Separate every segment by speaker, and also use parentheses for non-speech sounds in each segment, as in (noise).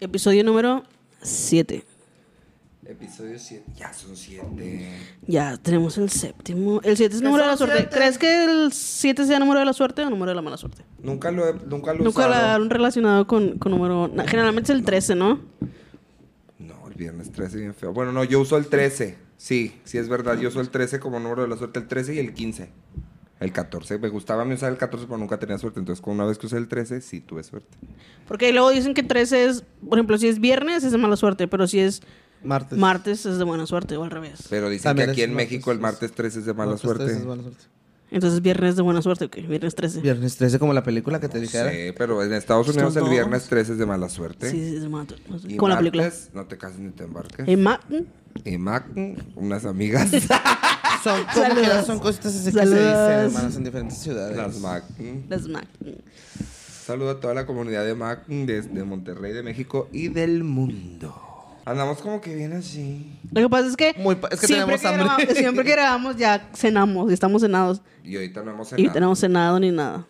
Speaker 1: Episodio número 7.
Speaker 2: Episodio 7. Ya son 7.
Speaker 1: Ya tenemos el séptimo. El 7 es número de la
Speaker 2: son
Speaker 1: suerte.
Speaker 2: siete.
Speaker 1: ¿Crees que el 7 sea número de la suerte o número de la mala suerte?
Speaker 2: Nunca lo he, nunca lo he
Speaker 1: Nunca lo
Speaker 2: usado.
Speaker 1: han relacionado con, con número. na- Generalmente es el 13, ¿no?
Speaker 2: No, el viernes 13 bien feo. Bueno, no, yo uso el 13. Sí, sí es verdad. Yo uso el 13 como número de la suerte, el 13 y el 15. El 14. Me gustaba a mí usar el 14, pero nunca tenía suerte. Entonces, con una vez que usé el 13, sí tuve suerte.
Speaker 1: Porque luego dicen que 13 es, por ejemplo, si es viernes es de mala suerte, pero si es
Speaker 3: Martes.
Speaker 1: martes es de buena suerte o al revés.
Speaker 2: Pero dicen
Speaker 3: También
Speaker 2: que aquí
Speaker 3: es
Speaker 2: en
Speaker 3: martes,
Speaker 2: México el
Speaker 3: es-
Speaker 2: martes 13 es de mala
Speaker 3: Martes
Speaker 2: suerte.
Speaker 3: 13 es mala suerte.
Speaker 1: Entonces viernes es de buena suerte, ok, viernes 13.
Speaker 3: Viernes 13, como la película que te Pues
Speaker 2: No
Speaker 3: dije. era.
Speaker 2: sé, pero en Estados
Speaker 1: Son
Speaker 2: Unidos el
Speaker 1: dos.
Speaker 2: viernes 13 es de mala suerte.
Speaker 1: Sí, sí, es de mala suerte. No sé.
Speaker 2: Y
Speaker 1: Como la película.
Speaker 2: martes, No te cases ni te embarques.
Speaker 1: Eh, ma-
Speaker 2: Y Mac, unas
Speaker 1: (laughs)
Speaker 2: amigas.
Speaker 3: Son, como
Speaker 1: Saludos.
Speaker 3: que son cositas así que se
Speaker 1: Saludos.
Speaker 3: dicen, hermanos, en diferentes ciudades.
Speaker 2: las Mac.
Speaker 1: las ma-
Speaker 2: Saludo a toda la comunidad de Mac desde Monterrey, de México y del mundo. Andamos como que bien así.
Speaker 1: Lo que pasa es que,
Speaker 3: Muy pa- es que tenemos
Speaker 1: que
Speaker 3: hambre.
Speaker 1: grabamos- siempre
Speaker 3: (laughs)
Speaker 1: que grabamos ya cenamos y estamos cenados.
Speaker 2: Y ahorita no hemos
Speaker 1: Y
Speaker 2: cenado.
Speaker 1: no tenemos cenado ni nada.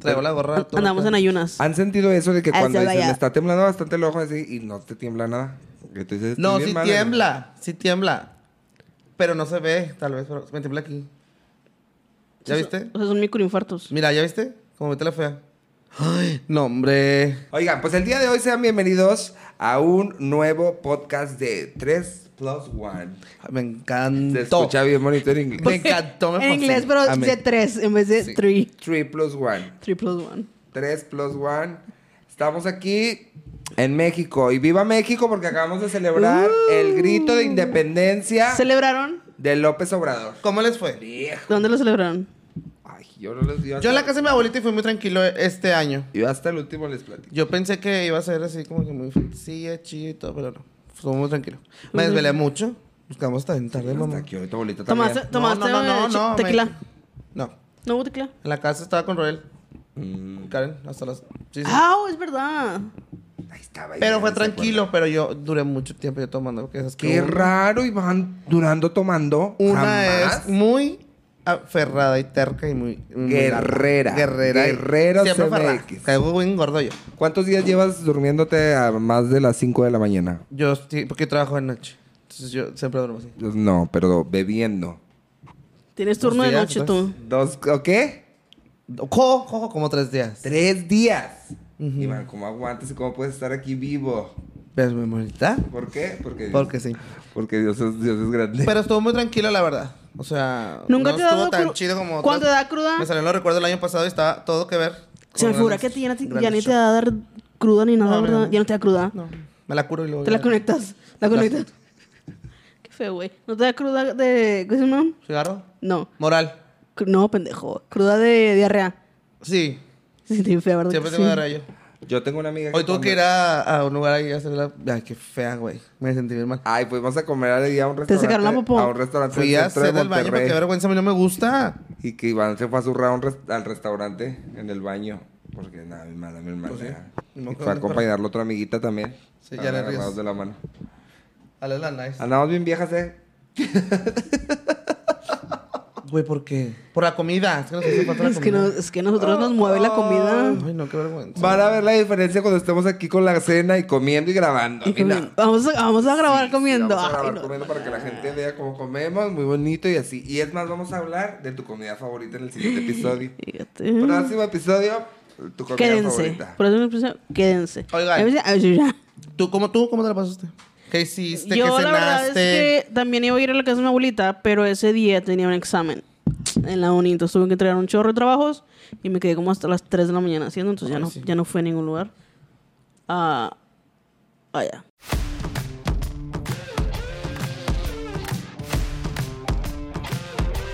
Speaker 3: Traigo la gorra. todo
Speaker 1: Andamos
Speaker 3: acá.
Speaker 1: en ayunas.
Speaker 2: ¿Han sentido eso de que
Speaker 1: Ah,
Speaker 2: cuando
Speaker 1: se
Speaker 2: dicen,
Speaker 1: vaya.
Speaker 2: "Me está temblando bastante el ojo así y no te tiembla nada? Que tú dices,
Speaker 3: No,
Speaker 2: "Estoy bien
Speaker 3: sí
Speaker 2: mal".
Speaker 3: tiembla. Sí tiembla. Pero no se ve, tal vez. Pero me tiembla aquí. ¿Ya viste?
Speaker 1: O sea, son microinfartos.
Speaker 3: Mira, ¿ya viste? Como me la fea. Ay, no, hombre.
Speaker 2: Oigan, pues el día de hoy sean bienvenidos a un nuevo podcast de 3 plus 1.
Speaker 3: Me
Speaker 2: Se
Speaker 3: encantó.
Speaker 2: escucha bien bonito en inglés.
Speaker 1: (laughs)
Speaker 3: Me encantó. Me
Speaker 1: en
Speaker 3: fascinó.
Speaker 1: inglés, pero
Speaker 3: Amé.
Speaker 1: de 3 en vez de 3.
Speaker 2: 3 plus 1.
Speaker 1: 3 plus 1.
Speaker 2: 3 plus 1. Estamos aquí en México. Y viva México porque acabamos de celebrar el grito
Speaker 3: Uh.
Speaker 2: de independencia
Speaker 1: ¿Celebraron?
Speaker 2: de López Obrador.
Speaker 3: ¿Cómo les fue?
Speaker 2: Viejo.
Speaker 1: ¿Dónde lo celebraron?
Speaker 2: Ay, yo no les yo
Speaker 3: Yo en la
Speaker 2: hasta-
Speaker 3: casa de mi abuelita y fui muy tranquilo este año.
Speaker 2: Yo hasta el último les platico.
Speaker 3: Yo pensé que iba a ser así como que muy sencilla, chido y todo, pero no. Estuvo muy tranquilo. Me desvelé mucho. Buscamos tan tarde,
Speaker 2: Hasta
Speaker 3: mamá.
Speaker 2: aquí ahorita bolita también.
Speaker 1: ¿Tomaste,
Speaker 3: No,
Speaker 1: tomaste
Speaker 3: no, no, no,
Speaker 1: eh,
Speaker 3: no,
Speaker 1: chi-
Speaker 3: me-
Speaker 1: tequila?
Speaker 3: No.
Speaker 1: ¿No hubo tequila?
Speaker 3: En la casa estaba con Roel.
Speaker 2: Mm,
Speaker 3: con Karen, hasta las. sí, sí.
Speaker 1: ¡Ah, es verdad!
Speaker 2: ahí estaba.
Speaker 3: Pero
Speaker 2: ya,
Speaker 3: fue
Speaker 2: no se
Speaker 3: tranquilo,
Speaker 2: acuerda.
Speaker 3: pero yo duré mucho tiempo yo tomando. Porque esas que
Speaker 2: Qué
Speaker 3: una-
Speaker 2: raro, Iván, durando tomando.
Speaker 3: Una
Speaker 2: Jamás.
Speaker 3: es muy aferrada y terca y muy. muy
Speaker 2: Guerrera.
Speaker 3: larga. Guerrera. y
Speaker 2: Guerrero
Speaker 3: siempre
Speaker 2: CMX.
Speaker 3: aferrada. Caigo bien gordo yo.
Speaker 2: ¿Cuántos días llevas durmiéndote a más de las 5 de la mañana?
Speaker 3: Yo, sí, porque trabajo de noche. Entonces yo siempre duermo así.
Speaker 2: Pues No, pero bebiendo.
Speaker 1: Tienes
Speaker 3: Dos
Speaker 1: turno de
Speaker 3: días,
Speaker 1: noche
Speaker 3: dos.
Speaker 1: tú.
Speaker 2: ¿Dos? ¿O qué?
Speaker 3: Cojo, cojo como tres días.
Speaker 2: Tres días. Iván, ¿cómo aguantas y cómo puedes estar aquí vivo?
Speaker 3: ¿Ves, Pues, mi amorita?
Speaker 2: ¿Por qué? Porque Dios,
Speaker 3: Porque sí.
Speaker 2: porque Dios, es, Dios es grande.
Speaker 3: Pero estuvo muy tranquilo, la verdad. O sea,
Speaker 1: ¿Nunca
Speaker 3: no
Speaker 1: te ha dado
Speaker 3: estuvo tan
Speaker 1: cru-
Speaker 3: chido como
Speaker 1: ¿Cuándo te
Speaker 3: otras.
Speaker 1: da cruda?
Speaker 3: Me salieron los recuerdos del año pasado y estaba todo que ver.
Speaker 1: Se me
Speaker 3: Con
Speaker 1: figura que a
Speaker 3: grandes-
Speaker 1: ti ya, no te, ya
Speaker 3: grandes
Speaker 1: ni te
Speaker 3: shows.
Speaker 1: da dar cruda ni nada,
Speaker 3: No,
Speaker 1: ¿verdad?
Speaker 3: no.
Speaker 1: Ya no te da cruda.
Speaker 3: No, me la curo y luego.
Speaker 1: Te
Speaker 3: ya-
Speaker 1: la conectas. La
Speaker 3: La-
Speaker 1: conectas. (laughs) Qué feo, güey. ¿No te da cruda de. ¿Qué se llama?
Speaker 3: ¿Cigarro?
Speaker 1: No.
Speaker 3: Moral.
Speaker 1: Cru- No, pendejo. Cruda de diarrea.
Speaker 3: Sí.
Speaker 1: Sí, te fea, ¿verdad?
Speaker 3: Siempre
Speaker 1: que
Speaker 3: tengo
Speaker 1: sí?
Speaker 3: dar a yo.
Speaker 2: Yo tengo una amiga
Speaker 3: Hoy tuve
Speaker 2: cuando-
Speaker 3: que ir a, a un lugar ahí a hacer la. Ay, qué fea, güey. Me sentí bien mal.
Speaker 2: Ay, fuimos a comer ahí a un
Speaker 1: ¿Te
Speaker 2: restaurante.
Speaker 1: sacaron la popó?
Speaker 2: A un restaurante
Speaker 3: Fui
Speaker 2: del
Speaker 3: a
Speaker 2: centro de
Speaker 3: hacer Pues, el baño, pero
Speaker 2: Monterrey.
Speaker 3: qué vergüenza, a mí no me gusta.
Speaker 2: Y que Iván se fue a zurrar a un res- al restaurante en el baño. Porque nada, mi mala, mi hermana.
Speaker 3: Pues sí. Ni modo
Speaker 2: Y
Speaker 3: que
Speaker 2: fue a
Speaker 3: no,
Speaker 2: acompañarla otra amiguita también.
Speaker 3: Sí, ya
Speaker 2: Estaban
Speaker 3: le ríes.
Speaker 2: agarrados de la mano.
Speaker 3: A la la nice.
Speaker 2: Andamos bien viejas, ¿eh?
Speaker 3: Güey, ¿por qué? Por la comida. Es que nos hace falta la
Speaker 1: Es que, no-
Speaker 3: comida.
Speaker 1: es que a nosotros nos mueve la comida.
Speaker 2: Ah,
Speaker 3: Ay, no, qué vergüenza.
Speaker 2: Van a ver la diferencia cuando estemos aquí con la cena y comiendo y grabando.
Speaker 1: Y
Speaker 2: Mira.
Speaker 1: comiendo. Vamos, a, vamos a grabar
Speaker 2: Sí,
Speaker 1: comiendo.
Speaker 2: sí, vamos a grabar
Speaker 1: Ay, no.
Speaker 2: comiendo para que la gente vea cómo comemos, muy bonito y así. Y es más, vamos a hablar de tu comida favorita en el siguiente episodio.
Speaker 1: Fíjate.
Speaker 2: Próximo episodio, tu comida
Speaker 1: Mm. Quédense.
Speaker 2: favorita.
Speaker 1: Por eso me puse- quédense.
Speaker 3: Oigan.
Speaker 1: A veces- a veces ya.
Speaker 3: ¿Tú cómo, tú, cómo te la pasaste? ¿Qué hiciste?
Speaker 1: Yo
Speaker 3: ¿Qué
Speaker 1: la verdad es
Speaker 3: cenaste?
Speaker 1: que también iba a ir a la casa de mi abuelita, pero ese día tenía un examen en la uni. Entonces tuve que entregar un chorro de trabajos y me quedé como hasta las 3 de la mañana haciendo. Entonces ya,
Speaker 3: Ay,
Speaker 1: no,
Speaker 3: sí.
Speaker 1: ya no fui a ningún lugar. Ah, vaya.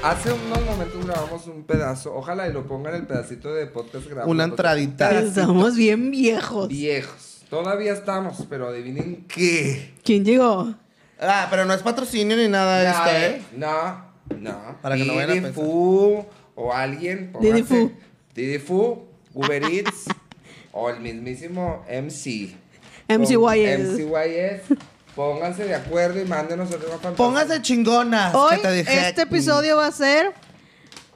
Speaker 2: Hace unos momentos grabamos un pedazo, ojalá y lo pongan el pedacito de podcast grabado.
Speaker 3: Una entradita.
Speaker 1: Estamos bien viejos.
Speaker 2: Viejos. Todavía estamos, pero adivinen qué.
Speaker 1: ¿Quién llegó?
Speaker 3: Ah, pero no es patrocinio ni nada de
Speaker 2: No,
Speaker 3: esto, ¿eh?
Speaker 2: No, no.
Speaker 3: Para que no vayan a
Speaker 2: Didi
Speaker 3: pensar.
Speaker 2: Fu o alguien.
Speaker 1: Didi
Speaker 2: pónganse
Speaker 1: Fu.
Speaker 2: Didi Fu, Uber
Speaker 1: (laughs)
Speaker 2: Eats o el mismísimo MC.
Speaker 1: MCYS.
Speaker 2: MCYS. Pónganse de acuerdo y mándenos otra fantasía.
Speaker 3: Pónganse chingonas.
Speaker 1: Hoy
Speaker 3: que te dije.
Speaker 1: este episodio va a ser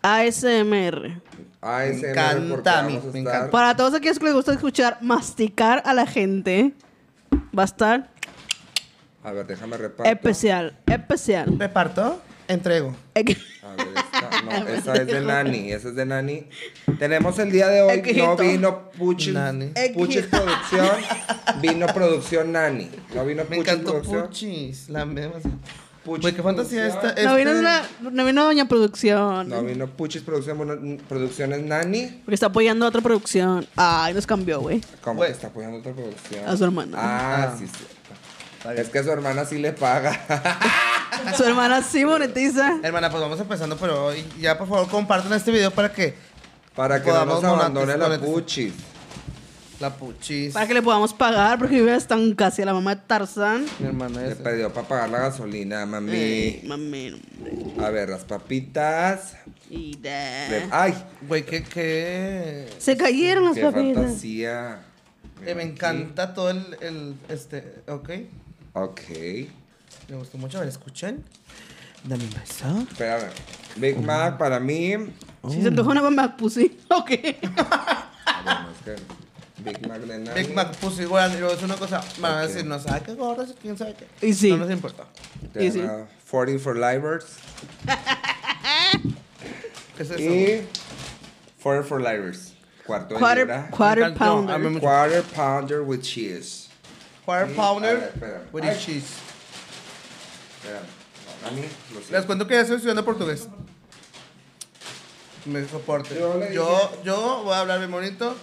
Speaker 1: ASMR.
Speaker 2: ASMR,
Speaker 3: Me encanta,
Speaker 2: porque
Speaker 3: a
Speaker 2: vamos a
Speaker 3: mí, me
Speaker 2: estar-
Speaker 3: encanta.
Speaker 1: Para todos aquellos que les gusta escuchar masticar a la gente, va a estar
Speaker 2: A ver, déjame reparto.
Speaker 1: especial, especial.
Speaker 3: Reparto, entrego.
Speaker 2: A ver,
Speaker 3: (laughs)
Speaker 2: esta, no, esa es de Nani, esa es de Nani. Tenemos el día de hoy, no
Speaker 1: Ejito.
Speaker 2: vino Puchis,
Speaker 3: Nani.
Speaker 2: Puchis
Speaker 1: Ejito.
Speaker 2: Producción, vino Producción Nani. No vino
Speaker 3: Me
Speaker 2: Puchis
Speaker 3: encantó
Speaker 2: Producción.
Speaker 3: Puchis. La mema.
Speaker 2: Puchis
Speaker 3: Güey, qué fantasía esta.
Speaker 2: producción.
Speaker 1: No,
Speaker 3: este-
Speaker 1: vino la- no vino Doña Producción.
Speaker 2: No vino Puchis Producción, bueno, n- Producciones Nani.
Speaker 1: Porque está apoyando a otra producción. Ay, nos cambió, güey.
Speaker 2: ¿Cómo
Speaker 3: Güey.
Speaker 2: que está apoyando otra producción?
Speaker 1: A su hermana.
Speaker 2: Ah,
Speaker 3: Ah.
Speaker 2: sí, sí. Es que su hermana sí le paga.
Speaker 1: Su hermana sí monetiza.
Speaker 3: Hermana, pues vamos empezando, pero hoy ya por favor compartan este video para que
Speaker 2: Para que
Speaker 3: Podamos
Speaker 2: no nos abandone
Speaker 3: monetizar, este
Speaker 2: la
Speaker 3: monetizar.
Speaker 2: Puchis.
Speaker 3: la Puchis.
Speaker 1: Para que le podamos pagar, porque vive tan casi a la mamá de Tarzán.
Speaker 3: Mi hermana
Speaker 2: Le
Speaker 3: es.
Speaker 2: pidió para pagar la gasolina, mami.
Speaker 1: Ay, mami, hombre.
Speaker 2: A ver, las papitas.
Speaker 1: Y
Speaker 2: De-
Speaker 3: Eh.
Speaker 1: da.
Speaker 2: Ay,
Speaker 3: Güey, qué, qué.
Speaker 1: Se cayeron las
Speaker 2: qué
Speaker 1: papitas.
Speaker 2: fantasía.
Speaker 3: Eh, me encanta todo el, el. Este. Ok.
Speaker 2: Ok.
Speaker 3: Me gustó mucho. A ver, escuchen. Dame un beso.
Speaker 2: Espérame. Big Mac para mí.
Speaker 1: Si se antoja una mamá, puse. (laughs) Ok.
Speaker 2: Bueno, es que Big Mac de Nani.
Speaker 3: Big Mac puso igual. y luego es una cosa. Van a
Speaker 2: Ok.
Speaker 3: decirnos, ay, qué gordas, quién sabe qué.
Speaker 1: Y sí.
Speaker 3: No nos importa.
Speaker 2: de
Speaker 1: Y sí.
Speaker 2: una 40 for Livers.
Speaker 3: ¿Qué es eso?
Speaker 2: Y 40 for Livers. Cuarto de
Speaker 1: Quarter,
Speaker 2: libra.
Speaker 3: Me
Speaker 1: quarter
Speaker 3: encantó. Amé
Speaker 1: pounder.
Speaker 3: mucho.
Speaker 2: Quarter pounder with cheese.
Speaker 3: Quarter
Speaker 2: y- a ver,
Speaker 3: pounder
Speaker 2: espérame.
Speaker 3: with
Speaker 2: Ay.
Speaker 3: cheese.
Speaker 2: Espérame. No, Nani, lo siento.
Speaker 3: Les cuento que ya estoy estudiando portugués. Me soporte.
Speaker 2: Yo le
Speaker 3: Yo, yo voy a hablar bien bonito.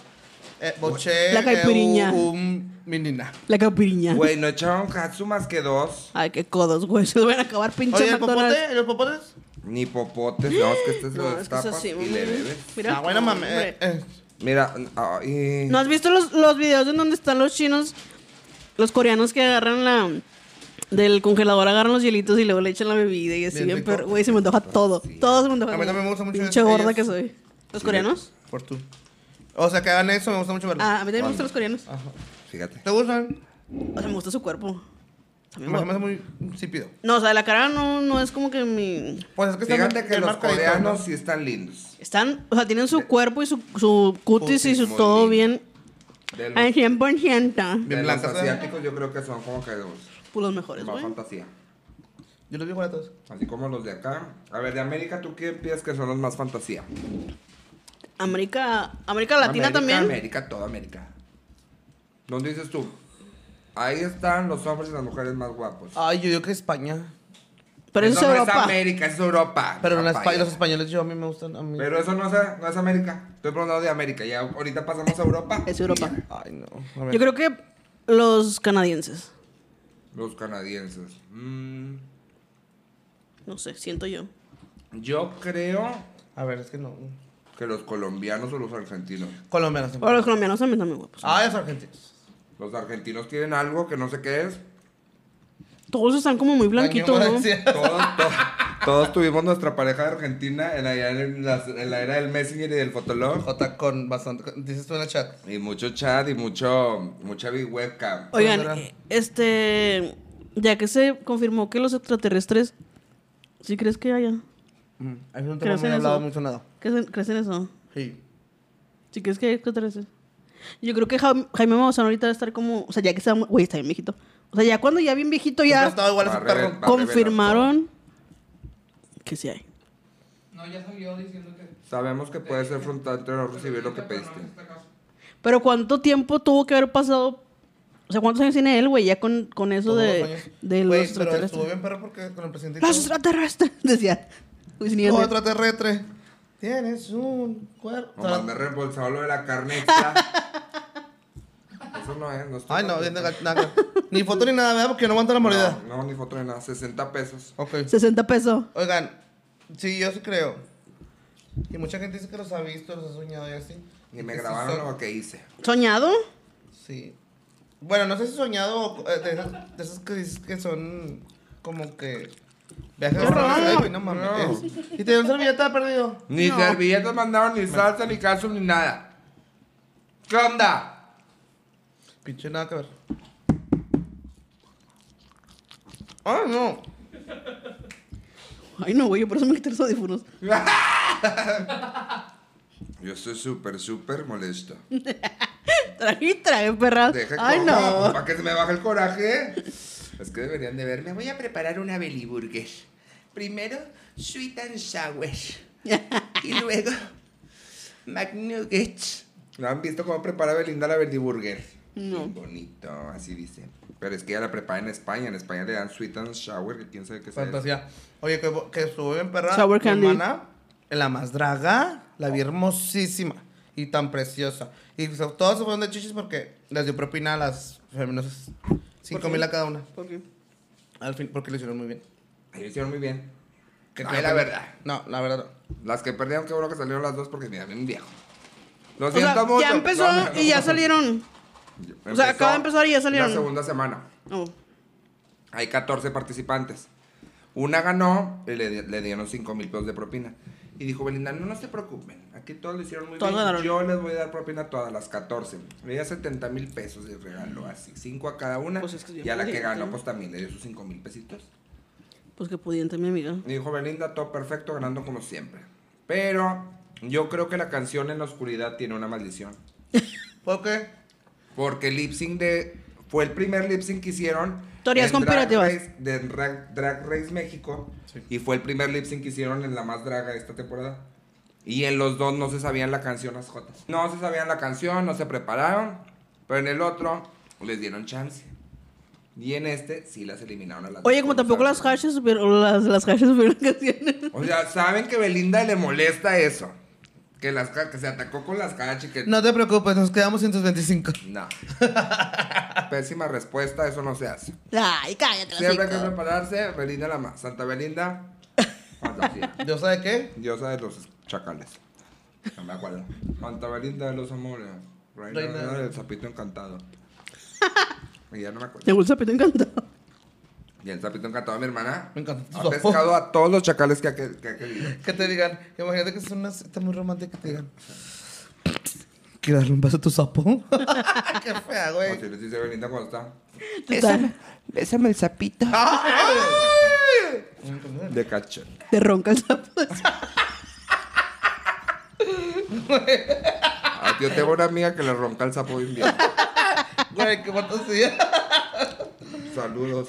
Speaker 3: Eh, boché.
Speaker 1: La
Speaker 3: eh,
Speaker 1: caipirinha.
Speaker 3: un menina.
Speaker 1: La capiriña.
Speaker 2: Güey, no echaron katsu más que dos.
Speaker 1: Ay, qué codos, güey. Se van a acabar pinche
Speaker 3: Oye, ¿el
Speaker 1: McDonald's.
Speaker 3: popote? ¿Y los popotes?
Speaker 2: Ni popotes. No, es que este
Speaker 1: (gasps)
Speaker 2: se
Speaker 1: No,
Speaker 2: lo
Speaker 1: es que es
Speaker 2: destapas
Speaker 1: así,
Speaker 2: y le bebes.
Speaker 1: Mira.
Speaker 3: ah, bueno, mami.
Speaker 1: hombre.
Speaker 3: eh, eh.
Speaker 2: Mira, ay.
Speaker 1: ¿No has visto los, los videos en donde están los chinos, los coreanos que agarran la. Del congelador agarran los hielitos y luego le echan la bebida y así
Speaker 3: Bien
Speaker 1: bien,
Speaker 3: rico.
Speaker 1: pero güey, se me antoja todo. Todo se me antoja.
Speaker 3: A mí también me gusta mucho
Speaker 1: Pinche
Speaker 3: ellos.
Speaker 1: gorda que soy. ¿Los
Speaker 2: Sí.
Speaker 1: coreanos?
Speaker 3: Por tú. O sea, que hagan eso, me gusta mucho verlo.
Speaker 1: Ah, a mí también me gustan los coreanos.
Speaker 3: Ajá.
Speaker 2: Fíjate.
Speaker 3: ¿Te gustan?
Speaker 1: O sea, me gusta su cuerpo. También
Speaker 3: Me
Speaker 1: guapo.
Speaker 3: hace muy insípido.
Speaker 1: No, o sea, la cara no, no es como que mi.
Speaker 3: Pues es que está
Speaker 2: Fíjate
Speaker 3: bien-
Speaker 2: que
Speaker 3: bien
Speaker 2: los
Speaker 3: marcadito,
Speaker 2: coreanos
Speaker 3: ¿no?
Speaker 2: sí están lindos.
Speaker 1: Están, o sea, tienen su cuerpo y su, su cutis y
Speaker 2: Cutis
Speaker 1: su
Speaker 2: muy
Speaker 1: todo
Speaker 2: lindo.
Speaker 1: bien.
Speaker 2: De los,
Speaker 1: Al 100%.
Speaker 2: de
Speaker 3: Bien
Speaker 2: los
Speaker 3: blancas, eh? ¿verdad?
Speaker 2: asiáticos yo creo que son como que los
Speaker 1: Pues los mejores,
Speaker 2: más
Speaker 1: güey.
Speaker 2: fantasía.
Speaker 3: Yo los vi igual a todos.
Speaker 2: Así como los de acá. A ver, de América, ¿tú qué piensas que son los más fantasía?
Speaker 1: América, América Latina
Speaker 2: América,
Speaker 1: también.
Speaker 2: América, toda América. ¿Dónde dices tú? Ahí están los hombres y las mujeres más guapos.
Speaker 3: Ay, yo digo que España.
Speaker 1: Pero eso es
Speaker 2: no
Speaker 1: Europa.
Speaker 2: es América, eso es Europa.
Speaker 3: Pero en la
Speaker 2: papaya.
Speaker 3: Espa- los españoles yo a mí me gustan. A mí.
Speaker 2: Pero eso no es, no es América. Estoy preguntando de América. Ya ahorita pasamos a Europa.
Speaker 1: Es Europa.
Speaker 2: Y
Speaker 3: Ay, no. A ver.
Speaker 1: Yo creo que los canadienses.
Speaker 2: Los canadienses. Mm,
Speaker 1: No sé, siento yo.
Speaker 2: yo creo
Speaker 3: A ver, es que no.
Speaker 2: que los colombianos o los argentinos.
Speaker 3: Colombianos.
Speaker 1: Pero los colombianos también están muy guapos.
Speaker 3: Ay, los argentinos.
Speaker 2: Los argentinos tienen algo que no sé qué es.
Speaker 1: Todos están como muy blanquitos,
Speaker 3: Ay,
Speaker 1: ¿no?
Speaker 3: yo decía-
Speaker 2: Todos, to- (laughs) todos tuvimos nuestra pareja de Argentina en, allá en, las- en la era del Messenger y del Fotolog.
Speaker 3: Jota con bastante. Dices tú en el chat.
Speaker 2: Y mucho chat y mucho mucha big webcam.
Speaker 1: Oigan,
Speaker 3: Colombiana.
Speaker 1: eh, este. Ya que se confirmó que los extraterrestres. ¿Sí crees que haya?
Speaker 3: Mm, Hay
Speaker 1: Creo
Speaker 3: un tema
Speaker 1: que
Speaker 3: muy
Speaker 1: en
Speaker 3: hablado,
Speaker 1: eso-
Speaker 3: muy sonado.
Speaker 1: ¿Qué se- ¿Crees en eso?
Speaker 3: Sí.
Speaker 1: ¿Sí crees que hay extraterrestres? Yo creo que Ja- Jaime Maussan ahorita va a estar como. O sea, ya que está. Güey, está bien viejito. O sea, ya cuando ya bien viejito
Speaker 3: Ya
Speaker 1: ya
Speaker 3: estaba igual a ese
Speaker 2: Barrera.
Speaker 3: perro.
Speaker 2: Va a revelar
Speaker 1: confirmaron que sí hay.
Speaker 4: No, ya salió diciendo que.
Speaker 2: Sabemos que puede ser frontal pero no recibir lo que pediste.
Speaker 1: Pero ¿cuánto tiempo tuvo que haber pasado? O sea, ¿cuántos años tiene él, güey? Ya con, con eso
Speaker 3: Todos
Speaker 1: de,
Speaker 3: años.
Speaker 1: de los
Speaker 3: Güey, Pero estuvo
Speaker 1: extraterrestres.
Speaker 3: bien perro porque con el presidente. y
Speaker 1: Los
Speaker 3: todo.
Speaker 1: extraterrestres, (laughs) decía. Luis Miguel.
Speaker 3: Otro extraterrestre. Tienes un cuerpo.
Speaker 2: Me mandé reembolsado lo de la carne
Speaker 3: (laughs)
Speaker 2: extra. Eso no es. No estoy
Speaker 3: Ay, no, bien
Speaker 2: contento.
Speaker 3: de gal- nada. Ni foto ni nada, ¿verdad? Porque no aguanta la moneda.
Speaker 2: No, no, ni foto ni nada. 60 pesos.
Speaker 3: Ok.
Speaker 1: 60 pesos.
Speaker 3: Oigan, sí, yo sí creo. Y mucha gente dice que los ha visto, los ha soñado y así.
Speaker 2: Y me
Speaker 3: Que sí
Speaker 2: grabaron
Speaker 3: son-
Speaker 2: lo que hice.
Speaker 1: ¿Soñado?
Speaker 3: Sí. Bueno, no sé si soñado o eh, de esas, de esas que dices que son como que. Viajes
Speaker 1: Qué raro.
Speaker 3: astrales, güey, no mames. Y te dio un servilleta perdido.
Speaker 2: Ni
Speaker 1: No.
Speaker 2: servilletas mandaron, ni salsa, ni calzo, ni nada. ¿Qué onda?
Speaker 3: Pinche nada que ver. Ah, no.
Speaker 1: Ay, no, güey, yo por eso me quité los audífonos. (laughs)
Speaker 2: Yo estoy súper, súper molesto.
Speaker 1: Traje y traje, perra.
Speaker 2: Deja
Speaker 1: Ay, no.
Speaker 2: Para que se me baje el coraje. Es que deberían de verme. Voy a preparar una belly burger. Primero, sweet
Speaker 1: (laughs)
Speaker 2: and sour. y luego, McNuggets. ¿No han visto cómo prepara Belinda la belly burger?
Speaker 1: No.
Speaker 2: Bien bonito, así dice. Pero es que ella la prepara en España. En España le dan sweet and sour, que quién sabe qué es eso.
Speaker 3: Fantasía. Oye, que, que estuvo bien perra.
Speaker 1: Sour
Speaker 3: mi
Speaker 1: candy.
Speaker 3: hermana, la más draga, la vi hermosísima y tan preciosa. Y so- todas se fueron de chichis porque les dio propina a las feminosas. Cinco
Speaker 1: qué?
Speaker 3: mil a cada una.
Speaker 1: ¿Por qué?
Speaker 3: Al fin, porque lo hicieron muy bien.
Speaker 2: Ahí lo hicieron muy bien.
Speaker 3: Que
Speaker 2: Ay,
Speaker 3: creo
Speaker 2: la
Speaker 3: que-
Speaker 2: verdad.
Speaker 3: No, la verdad. no.
Speaker 2: Las que perdieron, qué bueno que salieron las dos porque mira, bien viejo. Lo
Speaker 1: O sea,
Speaker 2: siento mucho.
Speaker 1: ya empezó
Speaker 2: No, no, no.
Speaker 1: y ya salieron. O sea, acaba de empezar y ya salieron.
Speaker 2: La segunda semana.
Speaker 1: Oh.
Speaker 2: Hay 14 participantes. Una ganó y le, le dieron 5 mil pesos de propina. Y dijo Belinda, no, no se preocupen. Aquí todos lo hicieron muy
Speaker 1: Todas
Speaker 2: bien.
Speaker 1: ganaron.
Speaker 2: Yo les voy a dar propina a todas las 14. Le dio 70 mil pesos de regalo así. 5 a cada una.
Speaker 1: Pues es que yo
Speaker 2: y a la que
Speaker 1: podría,
Speaker 2: ganó,
Speaker 1: ¿no?
Speaker 2: pues también le dio sus 5 mil pesitos.
Speaker 1: Pues que pudiente, mi amiga.
Speaker 2: Y dijo Belinda, todo perfecto, ganando como siempre. Pero yo creo que la canción en la oscuridad tiene una maldición.
Speaker 3: ¿Por qué?
Speaker 2: Porque el lip sync de. Fue el primer lip sync que hicieron.
Speaker 1: Teorías
Speaker 2: en Drag
Speaker 1: conspirativas.
Speaker 2: Race- De Drag, Drag Race México. Y fue el primer lip sync que hicieron en la más draga de esta temporada. Y en los dos no se sabían la canción las Jotas. No se sabían la canción, no se prepararon. Pero en el otro les dieron chance. Y en este sí las eliminaron a las
Speaker 1: Oye,
Speaker 2: dos,
Speaker 1: como
Speaker 2: ¿sabes?
Speaker 1: tampoco las hashes supieron, las, las hashes supieron (laughs) canciones.
Speaker 2: O sea, saben que Belinda le molesta eso. Que, las, ca- que se atacó con las cachas y que.
Speaker 3: No te preocupes, nos quedamos (laughs) 125.
Speaker 2: No. (laughs) Pésima respuesta, eso no se hace.
Speaker 1: Ay, cállate, las
Speaker 2: Siempre hay que
Speaker 1: cinco.
Speaker 2: prepararse. Belinda la más. Santa Belinda. Fantasía.
Speaker 3: ¿Dios sabe qué?
Speaker 2: Diosa de los chacales. No me acuerdo. Santa Belinda de los amores. Reina,
Speaker 3: Reina.
Speaker 2: del sapito encantado. Y ya no me acuerdo.
Speaker 1: Tengo el sapito (laughs) encantado.
Speaker 2: Y el sapito encantado, mi hermana.
Speaker 3: Me encanta.
Speaker 2: Ha pescado a todos los chacales que ha, que- que ha querido.
Speaker 3: Que te digan, imagínate que es una cita muy romántica que te digan. ¿Quieres darle un beso a tu sapo? (laughs) Qué fea, güey.
Speaker 2: Como si les dice Belinda cuando está.
Speaker 1: Bésame-
Speaker 2: bésame el sapito. De cacho.
Speaker 1: Te ronca el sapo. (laughs)
Speaker 2: Ah, yo tengo una amiga que le ronca el sapo bien bien.
Speaker 3: (laughs) Güey, qué fantasía.
Speaker 2: Saludos.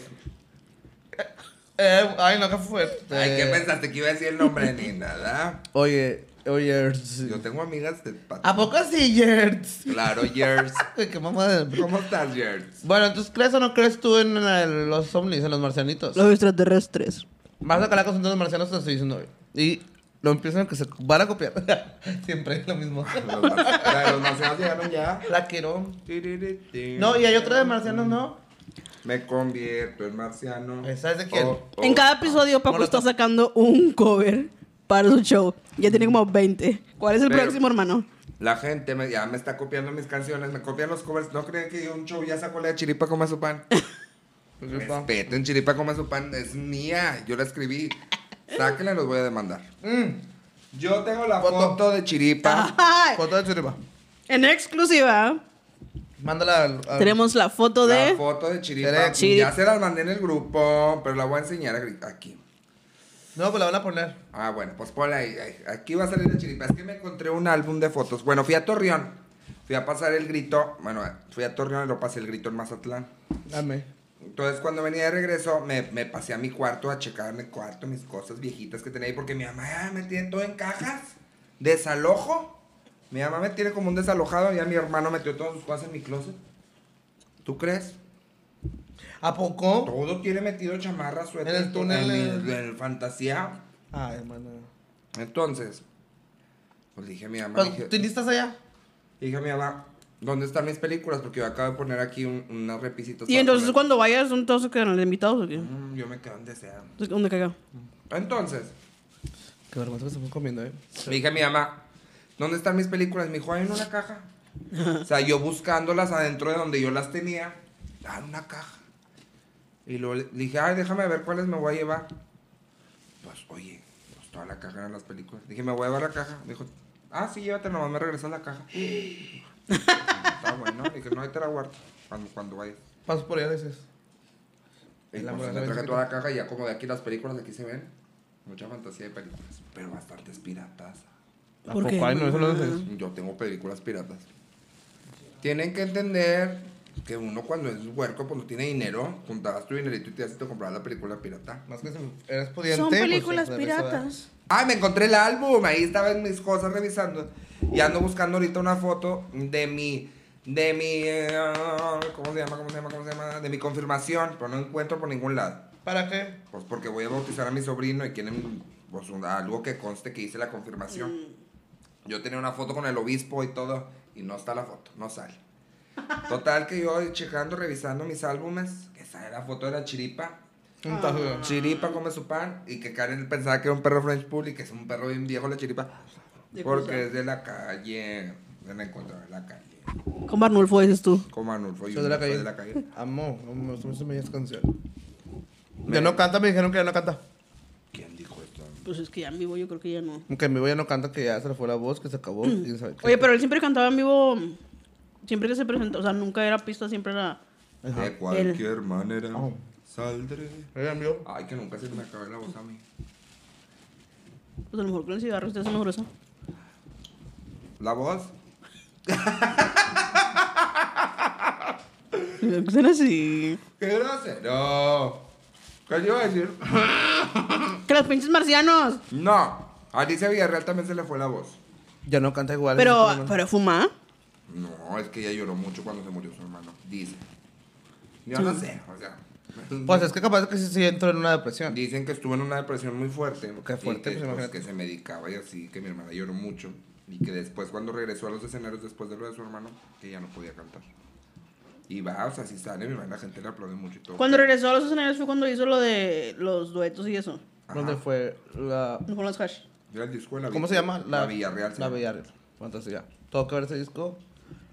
Speaker 3: Eh, ay, no, qué fuerte.
Speaker 2: Ay, ¿qué pensaste que iba a decir el nombre ni nada?
Speaker 3: Oye, oye. Ertz.
Speaker 2: Yo tengo amigas de pat-
Speaker 3: ¿A poco sí, Yertz?
Speaker 2: Claro, Yers.
Speaker 3: Güey, qué mamada. de-
Speaker 2: ¿Cómo estás, Yers?
Speaker 3: Bueno, entonces, ¿crees o no crees tú en el- los ovnis, en los marcianitos?
Speaker 1: Los extraterrestres.
Speaker 3: Más acá la cosa de los marcianos te lo estoy diciendo. güey. Y lo empiezan que se van a copiar. (laughs) Siempre es lo mismo.
Speaker 2: Los mar- los marcianos llegaron ya.
Speaker 3: La quiero. No, y hay otra de marcianos, ¿no?
Speaker 2: Me convierto en marciano. Oh,
Speaker 3: Esa es de quién.
Speaker 1: En cada episodio Paco
Speaker 3: Molotov.
Speaker 1: está sacando un cover para su show. Ya tiene como 20. ¿Cuál es el
Speaker 2: Pero-
Speaker 1: próximo, hermano?
Speaker 2: La gente me- ya me está copiando mis canciones, me copian los covers. ¿No creen que un show ya sacó la de Chiripa Coma Su Pan?
Speaker 3: Pues, pa.
Speaker 2: Respeten, Chiripa Coma Su Pan. Es mía. Yo la escribí. Sáquenla, los voy a demandar.
Speaker 3: Mm.
Speaker 2: Yo tengo la
Speaker 3: Foto.
Speaker 2: foto de Chiripa.
Speaker 1: Ay,
Speaker 3: Foto de Chiripa.
Speaker 1: En exclusiva
Speaker 3: Mándala al. al-
Speaker 1: tenemos la foto
Speaker 2: La
Speaker 1: de...
Speaker 2: foto de Chiripa.
Speaker 3: Chiri-
Speaker 1: Chiri-
Speaker 2: Ya se las mandé en el grupo, pero la voy a enseñar a- aquí.
Speaker 3: No, pues la van a poner.
Speaker 2: Ah, bueno, pues ponla ahí, ahí. Aquí va a salir la chiripa. Es que me encontré un álbum de fotos. Bueno, fui a Torreón. Fui a pasar el grito. Bueno, fui a Torreón y lo pasé el grito en Mazatlán.
Speaker 3: Dame.
Speaker 2: Entonces, cuando venía de regreso, me, me pasé a mi cuarto a checar mi cuarto, mis cosas viejitas que tenía ahí, porque mi mamá ah, me tiene todo en cajas. Desalojo. Mi mamá me tiene como un desalojado. Ya mi hermano metió todas sus cosas en mi closet. ¿Tú crees?
Speaker 3: ¿A poco?
Speaker 2: Todo tiene metido chamarra, suéter,
Speaker 3: En el túnel,
Speaker 2: en mi-
Speaker 3: eh.
Speaker 2: en fantasía.
Speaker 3: Ay, hermano.
Speaker 2: Entonces, pues dije a mi mamá,
Speaker 3: Pues, ¿Tú ni
Speaker 2: dije,
Speaker 3: estás allá?
Speaker 2: dije a mi mamá, ¿dónde están mis películas? Porque yo acabo de poner aquí un- unas repisitas.
Speaker 1: Y
Speaker 2: para
Speaker 1: entonces
Speaker 2: poner.
Speaker 1: cuando vayas, son todos que eran invitados o qué?
Speaker 2: Mm, yo me quedo en deseado.
Speaker 1: ¿Dónde caga?
Speaker 2: Entonces,
Speaker 3: Qué vergüenza que estamos comiendo, eh.
Speaker 2: le dije a mi mamá, ¿dónde están mis películas? Me dijo, hay en una
Speaker 3: (laughs)
Speaker 2: caja. O sea, yo buscándolas adentro de donde yo las tenía, ah, en una caja. Y luego le dije, ay, déjame ver cuáles me voy a llevar. Pues, oye, pues toda la caja eran las películas. Dije, me voy a llevar la caja. Me dijo, ah, sí, llévate, nomás me regresas la
Speaker 3: (gasps)
Speaker 2: caja. Está bueno. Dije, no, ahí te la guardo cuando, cuando vayas.
Speaker 3: Paso por allá, dices.
Speaker 2: Y
Speaker 3: El
Speaker 2: pues,
Speaker 3: amor
Speaker 2: se
Speaker 3: a
Speaker 2: le
Speaker 3: la
Speaker 2: traje
Speaker 3: vez
Speaker 2: toda la caja y ya como de aquí las películas, aquí se ven. Mucha fantasía de películas, pero bastantes piratas.
Speaker 1: ¿Por qué?
Speaker 3: Ay, no, eso no lo dices.
Speaker 2: Yo tengo películas piratas. Tienen que entender que uno cuando es huerco, pues no tiene dinero, juntabas tu dinerito y te ibas y te comprabas la película pirata.
Speaker 3: Más que si eres pudiente.
Speaker 1: Son
Speaker 3: pues,
Speaker 1: películas
Speaker 3: debes saber.
Speaker 1: piratas.
Speaker 2: Ay, me encontré el álbum, ahí estaban mis cosas revisando. Y ando buscando ahorita una foto de mi. De mi. eh, ¿Cómo se llama? ¿Cómo se llama? ¿Cómo se llama? De mi confirmación, pero no encuentro por ningún lado.
Speaker 3: ¿Para qué?
Speaker 2: Pues porque voy a bautizar a mi sobrino y quieren pues, un- algo que conste que hice la confirmación.
Speaker 3: Mm.
Speaker 2: Yo tenía una foto con el obispo y todo, y no está la foto, no
Speaker 3: (laughs)
Speaker 2: sale. Total que yo checando, revisando mis álbumes, que sale la foto de la chiripa.
Speaker 3: Un tajo.
Speaker 2: Chiripa come su pan y que Karen pensaba que era un perro French Pool y que es un perro bien viejo la chiripa.
Speaker 1: De cruzar.
Speaker 2: Porque es de la calle, se la encontró en la calle.
Speaker 1: Con Barnulfo dices tú.
Speaker 2: Como Anulfo, y
Speaker 3: Soy de la
Speaker 2: Anulfo
Speaker 3: calle.
Speaker 2: es de la calle.
Speaker 3: Amo, amo, son mis bellas canciones. Ya no canta, me dijeron que ya no canta.
Speaker 2: ¿Quién dijo esto?
Speaker 1: Pues es que ya en vivo yo creo que ya no.
Speaker 3: Aunque mi voy ya no canta, que ya se le fue la voz, que se acabó. quién sabe qué.
Speaker 1: Mm. Oye, pero él siempre cantaba en vivo. Siempre que se presentó, o sea, nunca era pista, siempre era.
Speaker 3: Ajá.
Speaker 2: De cualquier manera,
Speaker 3: Oh.
Speaker 2: saldré.
Speaker 3: Oye, amigo.
Speaker 2: Ay, que nunca se me acabe la voz a mí.
Speaker 1: Pues a lo mejor con el cigarro usted hace mejor (laughs) eso.
Speaker 2: ¿La voz?
Speaker 1: Suena así.
Speaker 2: ¡Qué grosero! ¿Qué le iba a decir?
Speaker 1: Que los pinches marcianos.
Speaker 2: No, a Alicia Villarreal también se le fue la voz.
Speaker 3: Ya no canta igual.
Speaker 1: Pero,
Speaker 3: así como no.
Speaker 1: pero fuma.
Speaker 2: No, es que ella lloró mucho cuando se murió su hermano. Dice. Yo no sé, o sea.
Speaker 3: Pues es que capaz que sí, sí entró en una depresión.
Speaker 2: Dicen que estuvo en una depresión muy fuerte.
Speaker 3: Qué
Speaker 2: y
Speaker 3: fuerte,
Speaker 2: que,
Speaker 3: pues,
Speaker 2: pues,
Speaker 3: imagínate.
Speaker 2: que se medicaba y así, que mi hermana lloró mucho. Y que después, cuando regresó a los escenarios después de lo de su hermano, que ya no podía cantar. Y va, o sea, si sale, mi hermana, la gente le aplaude mucho y todo.
Speaker 1: Cuando regresó a los escenarios fue cuando hizo lo de los duetos y eso.
Speaker 2: Ajá.
Speaker 3: ¿Dónde fue la.
Speaker 1: No con los hash.
Speaker 2: Era el disco de la
Speaker 3: ¿Cómo
Speaker 2: Vill-
Speaker 3: se llama?
Speaker 2: La, Villarreal. se
Speaker 3: La
Speaker 2: llama.
Speaker 3: Villarreal. Fantasía. Tengo que ver ese disco.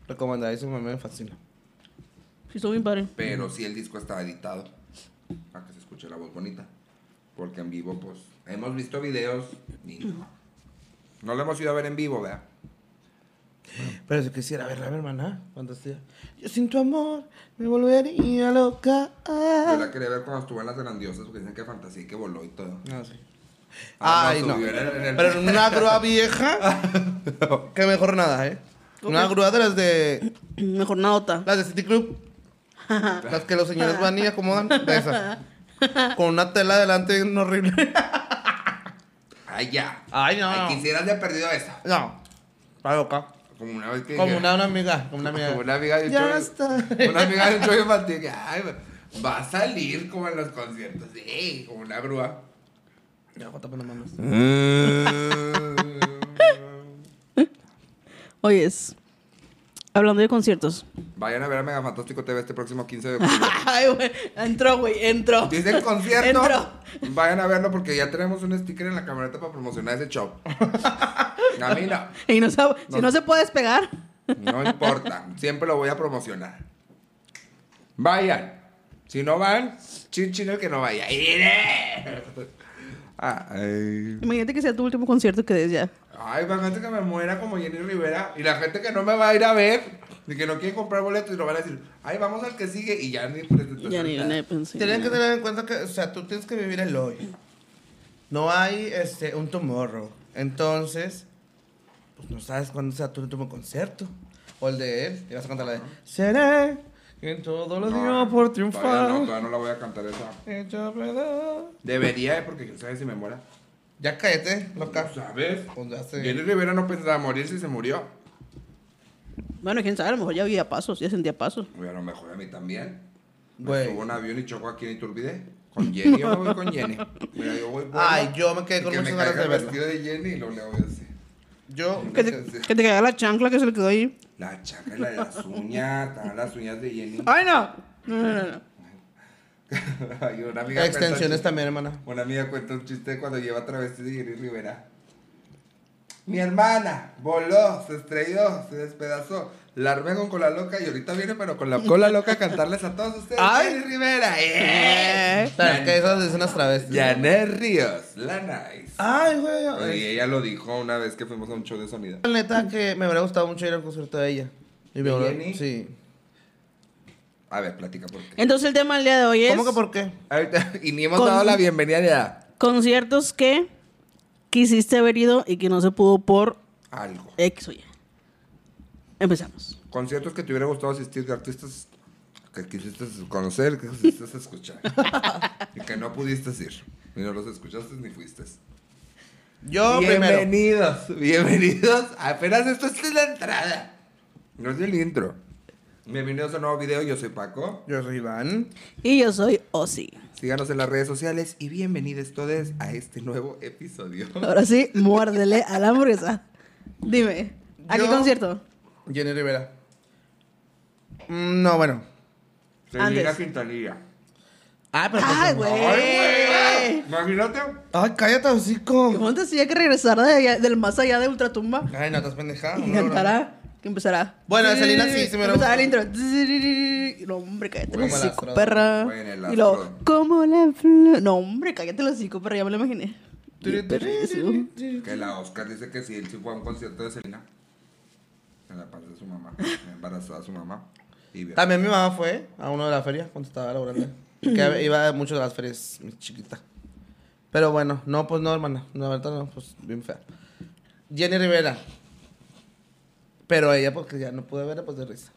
Speaker 3: Recomendadísimo, a mí me fascina.
Speaker 1: Sí, estuvo bien padre. (clears throat)
Speaker 2: Pero sí el disco estaba editado. Para que se escuche la voz bonita. Porque en vivo, pues, hemos visto videos y no. No lo hemos ido a ver en vivo, ¿verdad?
Speaker 3: Pero si quisiera verla, mi hermana. Fantasía. Yo sin tu amor me volvería loca.
Speaker 2: Yo la quería ver cuando estuvo en las grandiosas, porque dicen que fantasía y que voló y todo.
Speaker 3: No, sí.
Speaker 2: Ah,
Speaker 3: Ay, no.
Speaker 2: subió en el- en el-
Speaker 3: Pero en
Speaker 2: (laughs)
Speaker 3: una grúa vieja, que mejor nada, ¿eh? Una
Speaker 1: Ok.
Speaker 3: grúa de las de.
Speaker 1: Mejor nota.
Speaker 3: Las de City Club. las que los señores van y acomodan. De esas. Con una tela adelante bien horrible. (laughs)
Speaker 2: Ay, ya.
Speaker 3: Ay, no.
Speaker 2: Ay, quisieras haber perdido eso.
Speaker 3: no. Está loca.
Speaker 2: Como una vez que.
Speaker 3: Como
Speaker 2: dije-
Speaker 3: una, una amiga. Como una amiga.
Speaker 2: Como una amiga de un
Speaker 3: Ya
Speaker 2: show-
Speaker 3: está.
Speaker 2: Una amiga de un show infantil que, ay, va a salir como en los conciertos. Sí, como una grúa.
Speaker 3: Ya, aguanta, pues, no mames.
Speaker 2: Mm.
Speaker 1: Oye, es. Hablando de conciertos.
Speaker 2: Vayan a ver a Mega Fantástico TV este próximo 15 de octubre.
Speaker 1: (laughs) Ay, güey. Entró, güey. Entró.
Speaker 2: Dice el concierto.
Speaker 1: Entró.
Speaker 2: Vayan a verlo porque ya tenemos un sticker en la camioneta para promocionar ese show. A mí no.
Speaker 1: Y no sabe- si no se puede despegar.
Speaker 2: No importa. Siempre lo voy a promocionar. Vayan. Si no van, chin chin el que no vaya. ¡Ire! Ah, ay.
Speaker 1: Imagínate que sea tu último concierto que des ya.
Speaker 2: Ay, imagínate que me muera como Jenny Rivera y la gente que no me va a ir a ver y que no quiere comprar boletos y lo van a decir, ay, vamos al que sigue y ya ni presentación.
Speaker 1: Ya ni gané, pensé.
Speaker 3: Tienen que tener en cuenta que, o sea, tú tienes que vivir el hoy. No hay este, un tomorrow. Entonces, pues no sabes cuándo sea tu último concierto. O el de él. Y vas a cantar la de Seré en todo lo
Speaker 2: No,
Speaker 3: digo por
Speaker 2: Todavía no,
Speaker 3: triunfar.
Speaker 2: todavía no la voy a cantar esa.
Speaker 3: Hecho pedazos.
Speaker 2: Debería, eh, porque quién sabe si me muera.
Speaker 3: Ya cállate, loca.
Speaker 2: ¿Sabes?
Speaker 3: Pues ya sé.
Speaker 2: Jenny Rivera no pensaba morir si se murió.
Speaker 1: Bueno, quién sabe, a lo mejor ya había pasos, ya sentía pasos.
Speaker 2: Uy, a lo mejor a mí también. Me
Speaker 3: Güey.
Speaker 2: subo a un avión y choco aquí en Iturbide. Con Jenny, yo me voy con Jenny. Mira, yo voy. vuelo,
Speaker 3: Ay, yo me quedé
Speaker 2: y
Speaker 3: con
Speaker 2: que
Speaker 3: muchas
Speaker 2: me
Speaker 3: ganas
Speaker 2: caiga
Speaker 3: de
Speaker 2: el
Speaker 3: verla.
Speaker 2: vestido de Jenny y lo le voy así.
Speaker 3: Yo.
Speaker 1: Que te, que te caiga la chancla que se le quedó ahí.
Speaker 2: La chaca y la de las uñas. Están las uñas de Jenny.
Speaker 1: ¡Ay, no! No, no, no,
Speaker 3: (laughs)
Speaker 1: no.
Speaker 2: (laughs) Ay, una amiga cuenta un
Speaker 3: Extensiones
Speaker 2: chiste-
Speaker 3: también, hermana.
Speaker 2: Una amiga cuenta un chiste cuando lleva travesti de Jenny Rivera. Mi hermana voló, se estrelló, se despedazó. La armé con cola loca y ahorita viene, pero con la cola loca a cantarles a todos ustedes.
Speaker 3: (laughs) Ay.
Speaker 2: Jenny Rivera!
Speaker 3: (laughs)
Speaker 2: ¡Eh!
Speaker 1: Eh.
Speaker 3: Claro, que esas dicen las travestis.
Speaker 2: Janet Ríos, la nice.
Speaker 3: Ay, güey.
Speaker 2: Y ella lo dijo una vez que fuimos a un show de sonido.
Speaker 3: La neta que me hubiera gustado mucho ir al concierto de ella. Y me
Speaker 2: ¿De
Speaker 3: hubiera-
Speaker 2: Jenny?
Speaker 3: Sí.
Speaker 2: A ver, platica por
Speaker 3: Eh.
Speaker 2: qué.
Speaker 1: Entonces el tema del día de hoy es
Speaker 3: ¿Cómo que por qué?
Speaker 2: Ahorita- y ni hemos
Speaker 1: Con-
Speaker 2: dado la bienvenida de a-
Speaker 1: conciertos que quisiste haber ido y que no se pudo por
Speaker 2: algo.
Speaker 1: X o Y. Empezamos.
Speaker 2: Conciertos que te hubiera gustado asistir de artistas que quisiste conocer, que quisiste (laughs) escuchar. y que no pudiste ir. Ni no los escuchaste ni fuiste.
Speaker 3: Yo primero.
Speaker 2: bienvenidos, bienvenidos. Apenas esto es la entrada. No es el intro. Bienvenidos a un nuevo video, yo soy Paco.
Speaker 3: Yo soy Iván.
Speaker 1: Y yo soy Ozzy.
Speaker 2: Síganos en las redes sociales y bienvenidos todos a este nuevo (laughs) episodio.
Speaker 1: Ahora sí, muérdele a la hamburguesa. Dime, ¿a qué
Speaker 3: Yo- (laughs)
Speaker 1: concierto?
Speaker 3: Jenny Rivera. Mm, No, bueno.
Speaker 2: Selena
Speaker 1: Antes.
Speaker 2: Quintanilla.
Speaker 3: Ah,
Speaker 1: ¡Ay,
Speaker 2: ¡Eh!
Speaker 1: güey!
Speaker 2: Imagínate.
Speaker 3: Ay, cállate, hocico.
Speaker 1: ¿Cómo te decía que regresar de allá- del más allá de Ultratumba?
Speaker 3: Ay, no, estás
Speaker 1: (laughs)
Speaker 3: pendejada.
Speaker 1: Y
Speaker 3: no, no.
Speaker 1: cantará, que empezará.
Speaker 3: Bueno, Selena sí, sí me
Speaker 1: Empezará
Speaker 3: lo gusta.
Speaker 1: el intro. Y lo, hombre, cállate el
Speaker 3: Como el
Speaker 1: hocico,
Speaker 3: astro.
Speaker 1: perra.
Speaker 2: Bueno, el
Speaker 1: y lo,
Speaker 2: astro.
Speaker 1: como la flor. No, hombre, cállate el hocico, perra, ya me lo imaginé.
Speaker 3: Tiri, tiri, tiri, tiri.
Speaker 2: Que la Oscar dice que sí, él sí fue a un concierto de Selena. En la parte de su mamá. (laughs) Embarazada su mamá. Y vio.
Speaker 3: También mi mamá fue a uno de la feria cuando estaba laborando. que iba a muchas de las ferias, mi chiquita. Pero bueno, no, pues no, hermana. No, ahorita no, pues bien fea. Jenny Rivera. Pero ella, porque ya no pude verla, pues de risa.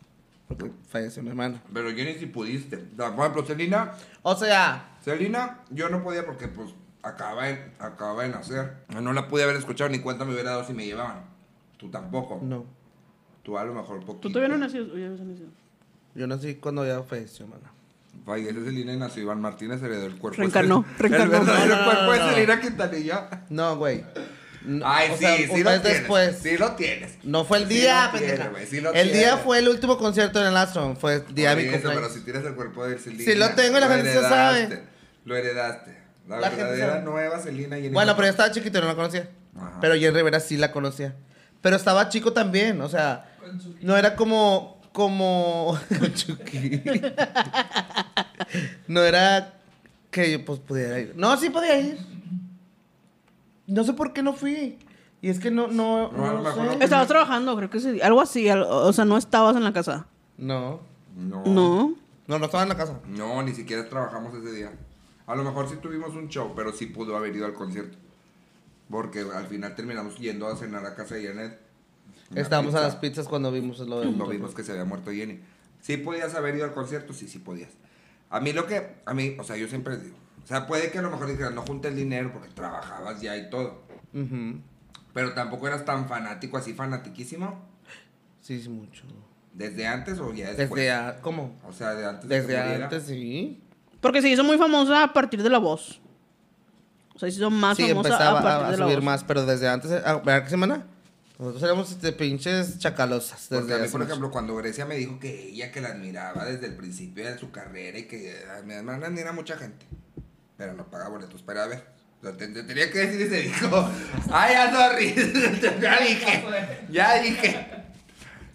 Speaker 3: Porque falleció mi hermana.
Speaker 2: Pero Jenny sí pudiste. Por ejemplo, Selena,
Speaker 3: O sea,
Speaker 2: Selena, yo no podía porque pues acaba de, acaba de nacer. No la pude haber escuchado ni cuenta me hubiera dado si me llevaban. Tú tampoco.
Speaker 3: no.
Speaker 2: Tú a lo mejor poquito.
Speaker 1: ¿Tú todavía no nacías? o ya habías nacido?
Speaker 3: Yo nací cuando ya falleció, hermana.
Speaker 2: Fallece Selena y nació Iván Martínez, heredó el cuerpo. de
Speaker 1: Reencarnó,
Speaker 2: Selena.
Speaker 1: reencarnó.
Speaker 2: El verdadero
Speaker 3: No, no, no,
Speaker 2: cuerpo
Speaker 3: no.
Speaker 2: de Selena Quintanilla.
Speaker 3: No, güey. No,
Speaker 2: Ay,
Speaker 3: o
Speaker 2: sí,
Speaker 3: sea, un
Speaker 2: sí lo
Speaker 3: mes
Speaker 2: tienes.
Speaker 3: después.
Speaker 2: Sí lo tienes.
Speaker 3: No fue el
Speaker 2: Sí
Speaker 3: día,
Speaker 2: lo tiene,
Speaker 3: pendeja.
Speaker 2: güey, sí lo
Speaker 3: el
Speaker 2: tiene.
Speaker 3: día fue el último concierto en el Astro. Fue el día de mi
Speaker 2: Por eso,
Speaker 3: cumpleaños.
Speaker 2: Pero si tienes el cuerpo de Selena.
Speaker 3: Sí lo tengo y la gente se
Speaker 2: heredaste,
Speaker 3: sabe.
Speaker 2: Lo heredaste. La,
Speaker 3: La gente
Speaker 2: verdadera
Speaker 3: sabe.
Speaker 2: nueva Selena. Jenny
Speaker 3: Bueno, pero yo estaba chiquito y no la conocía.
Speaker 2: Ajá.
Speaker 3: Pero Jen Rivera sí la conocía. Pero estaba chico también, o sea, no era como. como. (laughs) Chucky. no era que yo pues pudiera ir. No, sí podía ir. No sé por qué no fui. Y es que no, no,
Speaker 2: No, a lo
Speaker 3: no,
Speaker 2: mejor
Speaker 3: sé.
Speaker 2: no-
Speaker 1: Estabas trabajando, creo que sí. Algo así, al- o sea, no estabas en la casa.
Speaker 3: No.
Speaker 2: No.
Speaker 1: No.
Speaker 3: No, no estaba en la casa.
Speaker 2: No, ni siquiera trabajamos ese día. A lo mejor sí tuvimos un show, pero sí pudo haber ido al concierto. Porque al final terminamos yendo a cenar a casa de Janet. Una
Speaker 3: Estábamos a
Speaker 2: pizza.
Speaker 3: las pizzas cuando vimos lo de
Speaker 2: Cuando vimos que se había muerto Jenny. Sí podías haber ido al concierto, sí, sí podías. A mí lo que, a mí, o sea, yo siempre digo, o sea, puede que a lo mejor dijeras, no juntes el dinero porque trabajabas ya y todo.
Speaker 3: Ujú.
Speaker 2: Pero tampoco eras tan fanático, así fanatiquísimo,
Speaker 3: Sí, sí, mucho.
Speaker 2: desde antes o ya después.
Speaker 3: Desde a, ¿Cómo?
Speaker 2: O sea, de antes de que
Speaker 3: Desde
Speaker 2: muriera.
Speaker 3: antes, sí.
Speaker 1: Porque se hizo muy famosa a partir de la voz. O sea, se hizo más
Speaker 3: sí,
Speaker 1: Ah, famosa
Speaker 3: empezaba
Speaker 1: a
Speaker 3: a,
Speaker 1: partir
Speaker 3: a
Speaker 1: de la
Speaker 3: subir
Speaker 1: voz.
Speaker 3: más, pero desde antes, ah, ¿verdad qué semana? Nosotros éramos este, pinches chacalosas. Desde
Speaker 2: Porque a mí,
Speaker 3: hace
Speaker 2: por
Speaker 3: mucho.
Speaker 2: ejemplo, cuando Grecia me dijo que ella que la admiraba desde el principio de su carrera y que eh, me me admira mucha gente, pero no paga boletos para ver. Lo te, te tenía que decir y se
Speaker 3: (laughs)
Speaker 2: dijo, ay, ya sorry, (laughs) ya dije, ya dije.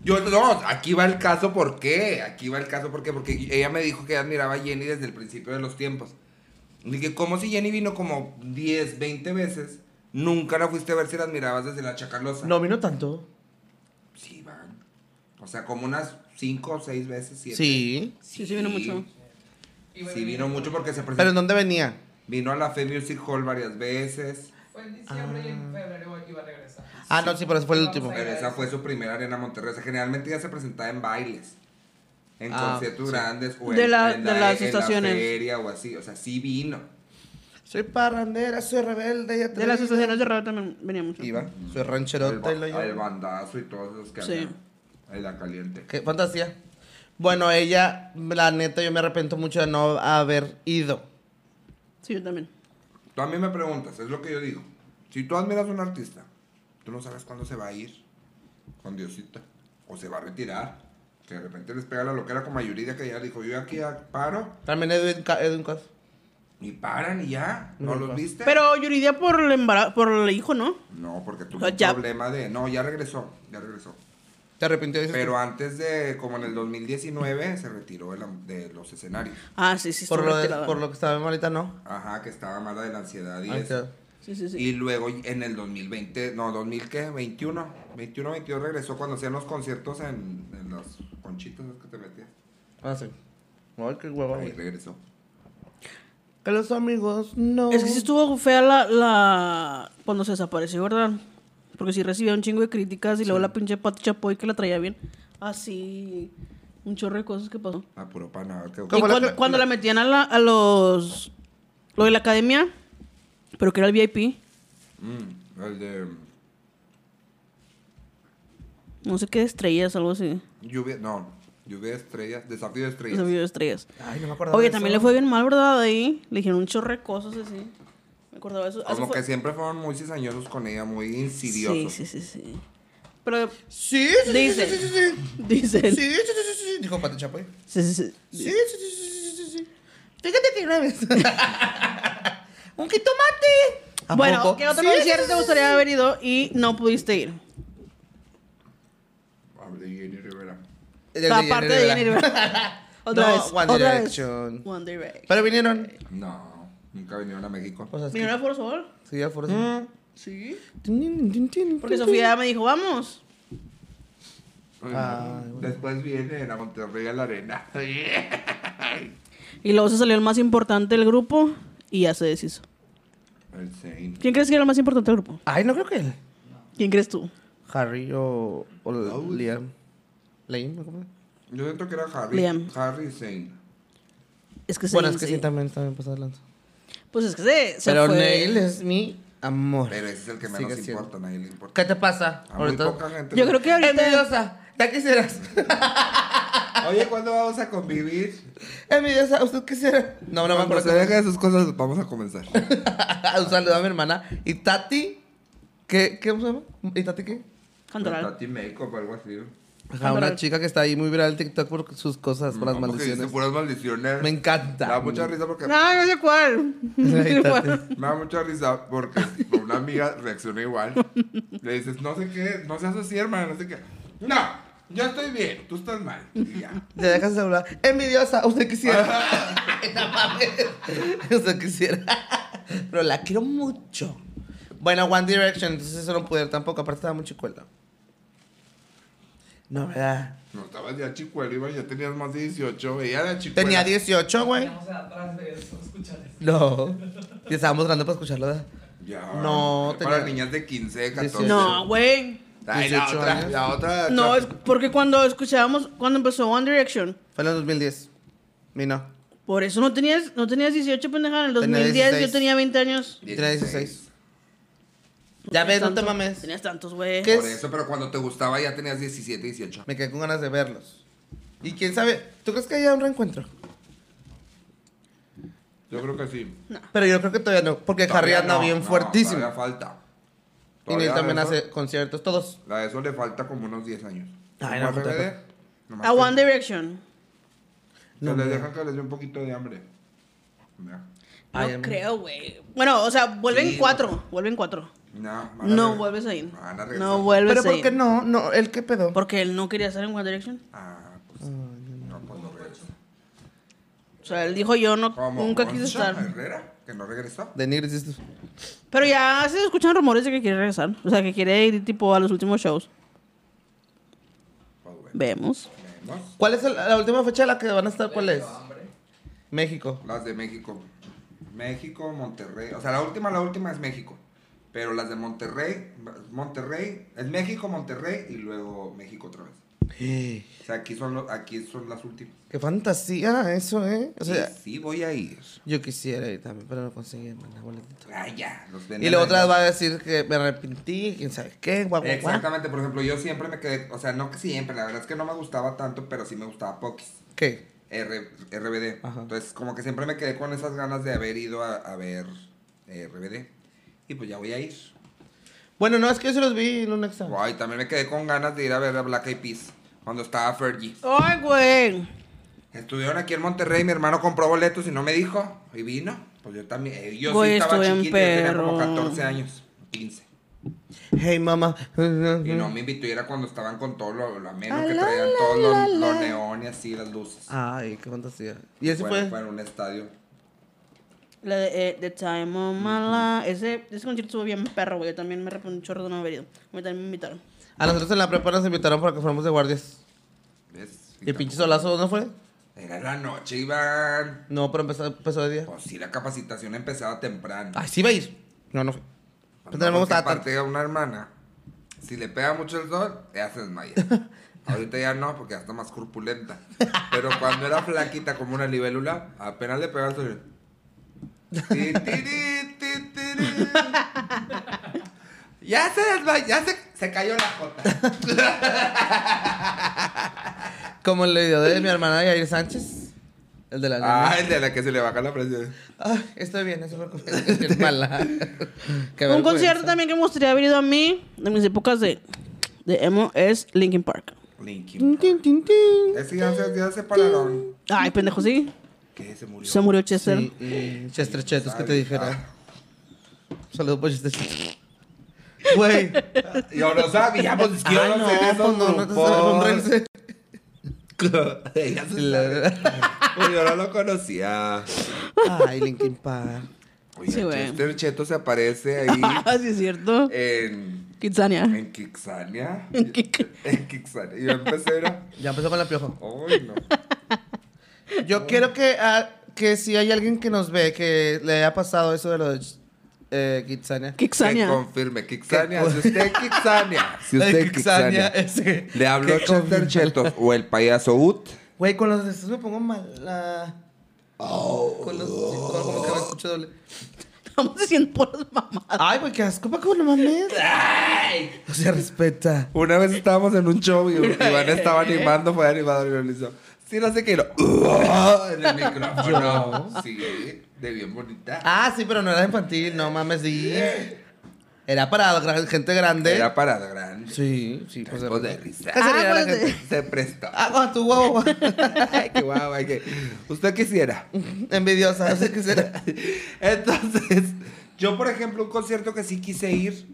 Speaker 2: Yo, no, aquí va el caso, ¿por qué? Aquí va el caso, ¿por qué? Porque ella me dijo que admiraba a Jenny desde el principio de los tiempos. Dije, como si Jenny vino como 10, 20 veces, nunca la fuiste a ver si la admirabas desde la chacalosa.
Speaker 3: No vino tanto.
Speaker 2: Sí, van. O sea, como unas cinco o seis veces, siete.
Speaker 3: Sí.
Speaker 1: Sí, sí vino mucho.
Speaker 4: Y bueno,
Speaker 2: Sí, vino mucho porque se presentó.
Speaker 3: Pero ¿en dónde venía?
Speaker 2: Vino a la Fe Music Hall varias veces.
Speaker 4: Fue en diciembre y en febrero iba a regresar.
Speaker 3: Ah, no, sí, pero ese fue el
Speaker 4: Vamos
Speaker 3: último.
Speaker 4: a
Speaker 2: Pero esa fue su primera arena Monterrey. O sea, generalmente ya se presentaba en bailes. En
Speaker 3: Ah,
Speaker 2: conciertos
Speaker 3: sí.
Speaker 2: grandes o
Speaker 1: De
Speaker 2: en,
Speaker 1: la-
Speaker 2: en
Speaker 1: de las
Speaker 2: en la
Speaker 1: estaciones.
Speaker 2: feria o así. O sea, sí vino.
Speaker 3: Soy parrandera, soy rebelde. Ya te
Speaker 1: De las
Speaker 3: digo.
Speaker 1: estaciones de radio también venía mucho.
Speaker 3: Iba, soy
Speaker 2: El,
Speaker 3: rancherota
Speaker 2: ba-
Speaker 3: y lo
Speaker 2: el
Speaker 3: llevo.
Speaker 2: bandazo y todos los que
Speaker 1: Sí.
Speaker 2: habían. En la caliente.
Speaker 3: Qué fantasía. Bueno, ella, la neta, yo me arrepiento mucho de no haber ido.
Speaker 1: Sí, yo también.
Speaker 2: Tú a mí me preguntas, es lo que yo digo. Si tú admiras a un artista, tú no sabes cuándo se va a ir con Diosita. O se va a retirar. Que de repente les pega la loquera como a Yuridia que ya dijo, yo aquí ya paro.
Speaker 3: También Edwin, Ca- Edwin Cas.
Speaker 2: Y paran y ya. ¿No
Speaker 3: Ujú.
Speaker 2: los viste?
Speaker 1: Pero Yuridia por el embarazo, por el hijo, ¿no?
Speaker 2: No, porque tuvo
Speaker 1: Pero
Speaker 2: un
Speaker 1: ya-
Speaker 2: problema de... No, ya regresó, ya regresó.
Speaker 3: ¿Te arrepintió? dices
Speaker 2: Pero antes de, como en el 2019, se retiró de, la- de los escenarios.
Speaker 1: Ah, sí, sí,
Speaker 3: tú? por,
Speaker 1: estuvo
Speaker 3: lo de-
Speaker 1: retirada.
Speaker 3: por lo que estaba ahorita, no.
Speaker 2: Ajá, que estaba mala de la ansiedad y
Speaker 3: Ahí
Speaker 2: eso.
Speaker 3: está.
Speaker 1: Sí, sí, sí.
Speaker 2: Y luego en el 2020, no, 2000 qué, 21, 21, 22 regresó cuando hacían los conciertos en, en las conchitas esas que te metías.
Speaker 3: Ah, sí. Ay, qué hueva,
Speaker 2: Ahí
Speaker 3: güey.
Speaker 2: regresó.
Speaker 3: Que los amigos no.
Speaker 1: Es que sí estuvo fea la, la... Cuando se desapareció, ¿verdad? Porque sí recibía un chingo de críticas y luego la pinche Pati Chapoy que la traía bien. Así, un chorro de cosas que pasó.
Speaker 2: Ah, puro pan, a ver qué-
Speaker 1: Y
Speaker 3: Como la
Speaker 1: cuando,
Speaker 3: ca-
Speaker 1: cuando
Speaker 3: la-
Speaker 1: la metían a, la- a los. Lo de la academia, pero que era el VIP,
Speaker 2: Mm, el de
Speaker 1: no sé qué estrellas, algo así.
Speaker 2: lluvia, no, lluvia de estrellas, desafío de estrellas.
Speaker 1: Desafío de estrellas.
Speaker 3: Ay, no me acuerdo.
Speaker 1: Oye, también le fue bien mal, ¿verdad? Ahí le dijeron un chorro de cosas así. Me acordaba de eso. Así
Speaker 2: Como
Speaker 1: fue-
Speaker 2: que siempre fueron muy cizañosos con ella, muy
Speaker 1: Sí,
Speaker 2: insidiosos.
Speaker 1: sí, sí, sí. Pero
Speaker 3: Sí, sí, sí, sí,
Speaker 1: Dice.
Speaker 3: sí, sí, sí. Sí,
Speaker 1: dicen.
Speaker 3: sí, sí, sí, sí, sí, dijo Pati Chapoy.
Speaker 1: Sí, sí, sí.
Speaker 3: Sí, sí, sí, sí, sí, sí, sí. Fíjate que una (laughs) vez. Un jitomate. ¿A
Speaker 1: Bueno,
Speaker 3: poco?
Speaker 1: ¿qué otro
Speaker 3: Sí,
Speaker 1: concierto
Speaker 3: sí,
Speaker 1: te
Speaker 3: sí,
Speaker 1: gustaría haber ido y no pudiste ir?
Speaker 2: Hablé de Jenny Rivera.
Speaker 3: sí. El
Speaker 1: Aparte de Jenny Rivera. (laughs) Otra
Speaker 3: No,
Speaker 1: vez.
Speaker 3: One
Speaker 1: otra
Speaker 3: Direction.
Speaker 1: vez. One Direction.
Speaker 3: Pero vinieron.
Speaker 2: No, nunca vinieron a México.
Speaker 3: Cosas
Speaker 1: ¿Vinieron a Forzol?
Speaker 3: Sí, ya fueron.
Speaker 1: Sí.
Speaker 3: Sí.
Speaker 1: Porque Sofía me dijo, vamos.
Speaker 2: Ay,
Speaker 3: Ah,
Speaker 2: no.
Speaker 3: bueno.
Speaker 2: Después vienen a Monterrey a la arena. (laughs)
Speaker 1: Y luego se salió el más importante del grupo y ya se deshizo.
Speaker 2: El Zane.
Speaker 1: ¿Quién crees que era el más importante del grupo?
Speaker 3: Ay, no creo que él.
Speaker 1: ¿Quién crees tú?
Speaker 3: Harry o, o Liam. Liam, ¿cómo?
Speaker 2: Yo siento que era Harry.
Speaker 1: Liam.
Speaker 2: Harry Zane.
Speaker 1: Es que
Speaker 3: Bueno,
Speaker 1: sí,
Speaker 3: es que sí, también, también pasó adelante.
Speaker 1: Pues es que se, se
Speaker 3: Pero
Speaker 1: fue.
Speaker 3: Neil es mi amor.
Speaker 2: Pero ese es el que menos
Speaker 3: Sigue siendo.
Speaker 2: importa, a nadie le importa.
Speaker 3: ¿Qué te pasa?
Speaker 2: A muy poca gente.
Speaker 1: Yo
Speaker 2: le-
Speaker 1: creo que ahorita...
Speaker 3: Envidiosa. ¿Ya (laughs) quisieras?
Speaker 2: Oye, ¿cuándo vamos a convivir?
Speaker 3: Envidiosa, ¿usted quisiera? No, no me
Speaker 2: Cuando se
Speaker 3: acuerdo.
Speaker 2: deje de sus cosas, vamos a comenzar.
Speaker 3: (laughs) Un saludo a mi hermana. ¿Y Tati? ¿Qué, qué se llama? ¿Y Tati qué?
Speaker 1: Cantoral.
Speaker 3: (laughs)
Speaker 2: Tati Makeup o algo así.
Speaker 3: Ajá, una chica que está ahí muy viral en TikTok por sus cosas, por las
Speaker 2: Como que dice
Speaker 3: (laughs) maldiciones.
Speaker 2: puras maldiciones.
Speaker 3: Me
Speaker 2: Me da
Speaker 3: encanta.
Speaker 2: mucha risa porque
Speaker 1: No, no sé cuál.
Speaker 3: Ahí está.
Speaker 1: (laughs)
Speaker 2: Me da mucha risa porque una amiga reacciona igual. Le dices, no sé qué, no seas así, hermana, no sé qué. No, yo estoy bien, tú estás mal. Y ya.
Speaker 3: Le dejas el celular. Envidiosa,
Speaker 2: (laughs)
Speaker 3: usted quisiera. No mames. usted quisiera. Pero la quiero mucho. Bueno, One Direction, entonces eso no pude ir tampoco. Aparte estaba muy chicuela. No, ¿verdad?
Speaker 2: No estabas ya chicuelo, iba, ya tenías más de 18, veía la chicuela.
Speaker 3: Tenía 18, güey.
Speaker 4: Teníamos atrás de eso, (laughs) escuchales.
Speaker 3: No. Y estábamos grande para escucharlo, ¿verdad?
Speaker 2: Ya.
Speaker 3: No,
Speaker 2: Para
Speaker 3: tenía-
Speaker 2: niñas de 15, 14.
Speaker 1: No, güey.
Speaker 2: Ay, la
Speaker 3: 18
Speaker 2: otra,
Speaker 3: años.
Speaker 2: la otra.
Speaker 1: No,
Speaker 2: chapa-
Speaker 1: es porque cuando escuchábamos, cuando empezó One Direction,
Speaker 3: Fue en el 2010. Mi no.
Speaker 1: por eso no tenías, no tenías 18, pendeja. En el
Speaker 3: Tenía
Speaker 1: 2010
Speaker 3: 16.
Speaker 1: yo tenía 20 años.
Speaker 3: Tenía 16. Ya ves, no te
Speaker 1: Tanto-
Speaker 3: mames.
Speaker 1: Tenías tantos, güey.
Speaker 3: ¿Qué?
Speaker 2: Por eso, pero cuando te gustaba ya tenías 17, 18.
Speaker 3: Me quedé con ganas de verlos. Y quién sabe, ¿tú crees que haya un reencuentro?
Speaker 2: Yo creo que sí.
Speaker 3: Pero yo creo que todavía no, porque Harry
Speaker 2: Todavía
Speaker 3: anda
Speaker 2: no,
Speaker 3: bien
Speaker 2: no,
Speaker 3: fuertísimo.
Speaker 2: Todavía falta.
Speaker 3: Y Neil
Speaker 2: Todavía
Speaker 3: también
Speaker 2: eso-
Speaker 3: hace conciertos, todos.
Speaker 2: La de eso le falta como unos 10 años. Como
Speaker 3: Ay, no,
Speaker 2: al
Speaker 3: no,
Speaker 2: RBD, nomás
Speaker 1: A
Speaker 2: que-
Speaker 1: One Direction.
Speaker 2: que
Speaker 3: No,
Speaker 2: le
Speaker 3: no.
Speaker 2: dejan que les dé un poquito de hambre. Mira.
Speaker 1: No
Speaker 3: Ay,
Speaker 1: creo, güey. Bueno, o sea, vuelven cuatro. Vuelven cuatro.
Speaker 2: No, van a
Speaker 1: No
Speaker 2: reg-
Speaker 1: vuelves a ir.
Speaker 2: Van a regresar.
Speaker 1: No vuelves
Speaker 3: Pero
Speaker 1: a
Speaker 3: ¿por
Speaker 1: ir.
Speaker 3: qué no? No, ¿el qué pedo?
Speaker 1: Porque él no quería estar en One Direction.
Speaker 2: Ah, pues. no, pues no regresó.
Speaker 1: O sea, él dijo yo no,
Speaker 2: Como
Speaker 1: nunca quise
Speaker 2: Concha
Speaker 1: estar.
Speaker 2: Herrera, que no regresó.
Speaker 3: De Nigris dices,
Speaker 1: Pero ya se escuchan rumores de que quiere regresar. O sea, que quiere ir tipo a los últimos shows.
Speaker 2: Pues bueno,
Speaker 1: Vemos.
Speaker 2: vemos.
Speaker 3: ¿Cuál es el- la última fecha a la que van a estar? ¿Cuál es? (gasps) México.
Speaker 2: Las de México. México, Monterrey. O sea, la última, la última es México. Pero las de Monterrey, Monterrey, es México, Monterrey y luego México otra vez. O sea, aquí son, los- aquí son las últimas.
Speaker 3: Qué fantasía eso, ¿eh? O sea,
Speaker 2: Y sí voy a ir.
Speaker 3: yo quisiera ir también, pero no conseguí, hermana, boletito.
Speaker 2: Ah, ya, los
Speaker 3: Y
Speaker 2: venden
Speaker 3: la
Speaker 2: ahí.
Speaker 3: otra va a decir que me arrepentí, quién sabe qué, guau, guau, guau.
Speaker 2: Exactamente, por ejemplo, yo siempre me quedé, o sea, no que siempre, la verdad es que no me gustaba tanto, pero sí me gustaba Pokis,
Speaker 3: ¿Qué?
Speaker 2: R- RBD.
Speaker 3: Ajá.
Speaker 2: Entonces, como que siempre me quedé con esas ganas de haber ido a, a ver eh, RBD. Y pues ya voy a ir.
Speaker 3: Bueno, no, es que yo se los vi en un examen.
Speaker 2: Ay, también me quedé con ganas de ir a ver a Black Eyed Peas cuando estaba Fergie.
Speaker 1: Ay, güey.
Speaker 2: Estuvieron aquí en Monterrey, mi hermano compró boletos y no me dijo, y vino. Pues yo también, eh, yo
Speaker 1: Güey,
Speaker 2: sí estaba
Speaker 1: estuve en
Speaker 2: chiquito, yo tenía como
Speaker 1: perro.
Speaker 2: 14 años, 15.
Speaker 3: Hey, mamá.
Speaker 2: Y no me invitó, y era cuando estaban con todo lo, lo ameno
Speaker 3: Ah,
Speaker 2: que
Speaker 3: la,
Speaker 2: traían
Speaker 3: la,
Speaker 2: todos
Speaker 3: la,
Speaker 2: los,
Speaker 3: la.
Speaker 2: los neones así, las luces.
Speaker 3: Ay, qué fantasía. Y ese
Speaker 2: fue,
Speaker 3: fue.
Speaker 2: fue en un estadio.
Speaker 1: La de eh, The Time of My Life. Ese, ese concierto estuvo bien perro, güey. Yo también me arrepentí un chorro de no haber ido. A mí también me invitaron.
Speaker 3: A nosotros en la prepa nos invitaron para que fuéramos de guardias.
Speaker 2: ¿Ves?
Speaker 3: Y el pinche solazo, ¿no fue?
Speaker 2: Era la noche, Iván.
Speaker 3: No, pero empezó, empezó de día.
Speaker 2: Pues sí, la capacitación empezaba temprano.
Speaker 3: Ay, sí va a ir. No, no fue.
Speaker 2: No,
Speaker 3: Pero no me
Speaker 2: porque
Speaker 3: gustaba tanto.
Speaker 2: aparte a una hermana Si le pega mucho el sol, ella se
Speaker 3: (laughs)
Speaker 2: desmaya. Ahorita ya no, porque ya está más corpulenta. Pero cuando era flaquita como una libélula, apenas le pegaba el
Speaker 3: (laughs)
Speaker 2: sol. ti, ti, ti, ti, ti, ti. Ya se desmayó, ya se, se cayó la jota.
Speaker 3: Como el video de mi hermana Yair Sánchez. El de la
Speaker 2: Ah, el de la que se le baja la presión.
Speaker 3: Ay, estoy bien, eso fue es mala. Qué
Speaker 1: Un
Speaker 3: vergüenza.
Speaker 1: concierto también que me gustaría haber ido a mí, de mis épocas de, de emo, es Linkin Park.
Speaker 2: Linkin.
Speaker 3: Tin, tin, tin, tin.
Speaker 2: Es que ya se, ya se pararon.
Speaker 1: Ay, pendejo, sí.
Speaker 2: Que se murió.
Speaker 1: Se murió Chester.
Speaker 3: Sí, y Chester Chetos, que te
Speaker 2: Ay, ah.
Speaker 3: dijera. Saludos por Chester Güey.
Speaker 2: ah, Yo pues, no sabíamos que
Speaker 3: Ah,
Speaker 2: íbamos en esos grupos.
Speaker 3: te
Speaker 2: (laughs) Ella
Speaker 3: (laughs)
Speaker 2: se sabe. Pues yo no lo conocía.
Speaker 3: Ay, Linkin Park.
Speaker 2: Oye,
Speaker 1: Sí, güey.
Speaker 2: Chester Cheto se aparece
Speaker 1: (laughs)
Speaker 2: ahí
Speaker 1: Ah, sí, es
Speaker 3: Eh,
Speaker 1: cierto.
Speaker 2: en,
Speaker 1: Kitsania.
Speaker 2: en Kixania. en Kixania. Y yo empecé era.
Speaker 3: Ya empezó con la piojo.
Speaker 2: Ay, no.
Speaker 3: Yo quiero que, ah, que si hay alguien que nos ve que le haya pasado eso de los eh, Kitsania.
Speaker 2: Que
Speaker 1: Kitsania.
Speaker 2: confirme. Kixania.
Speaker 3: Que-
Speaker 2: Si usted es Kixania. Si usted es
Speaker 3: El Kitsania
Speaker 2: Kixania.
Speaker 3: ese.
Speaker 2: Le habló
Speaker 3: Que
Speaker 2: Chester
Speaker 3: con-
Speaker 2: Cheto o el payaso Ut.
Speaker 3: Güey, con los deseos me pongo mala.
Speaker 2: Oh.
Speaker 3: Con los. con- como que me escucho doble.
Speaker 1: Estamos diciendo puras mamadas.
Speaker 2: Ah.
Speaker 3: Ay, güey, qué asco, Paco, no mames. O sea, respeta.
Speaker 2: Una vez estábamos en un show y Iván estaba animando, fue animador y lo hizo. Sí, no sé qué. y lo- en el micrófono. Sí, de bien bonita.
Speaker 3: Ah, sí, pero no era infantil, no mames, sí. Era para gra- gente grande.
Speaker 2: Era parada grande.
Speaker 3: Sí, sí, pues.
Speaker 2: Tiempos de risa.
Speaker 3: ¿Qué sería
Speaker 1: Ah,
Speaker 3: la
Speaker 1: pues,
Speaker 3: gente?
Speaker 2: Se prestó. (laughs)
Speaker 3: Ah, con tu huevo.
Speaker 2: Ay, qué guau, ay, qué- Usted quisiera.
Speaker 3: (laughs) Envidiosa, no sé qué será.
Speaker 2: Entonces, yo, por ejemplo, un concierto que sí quise ir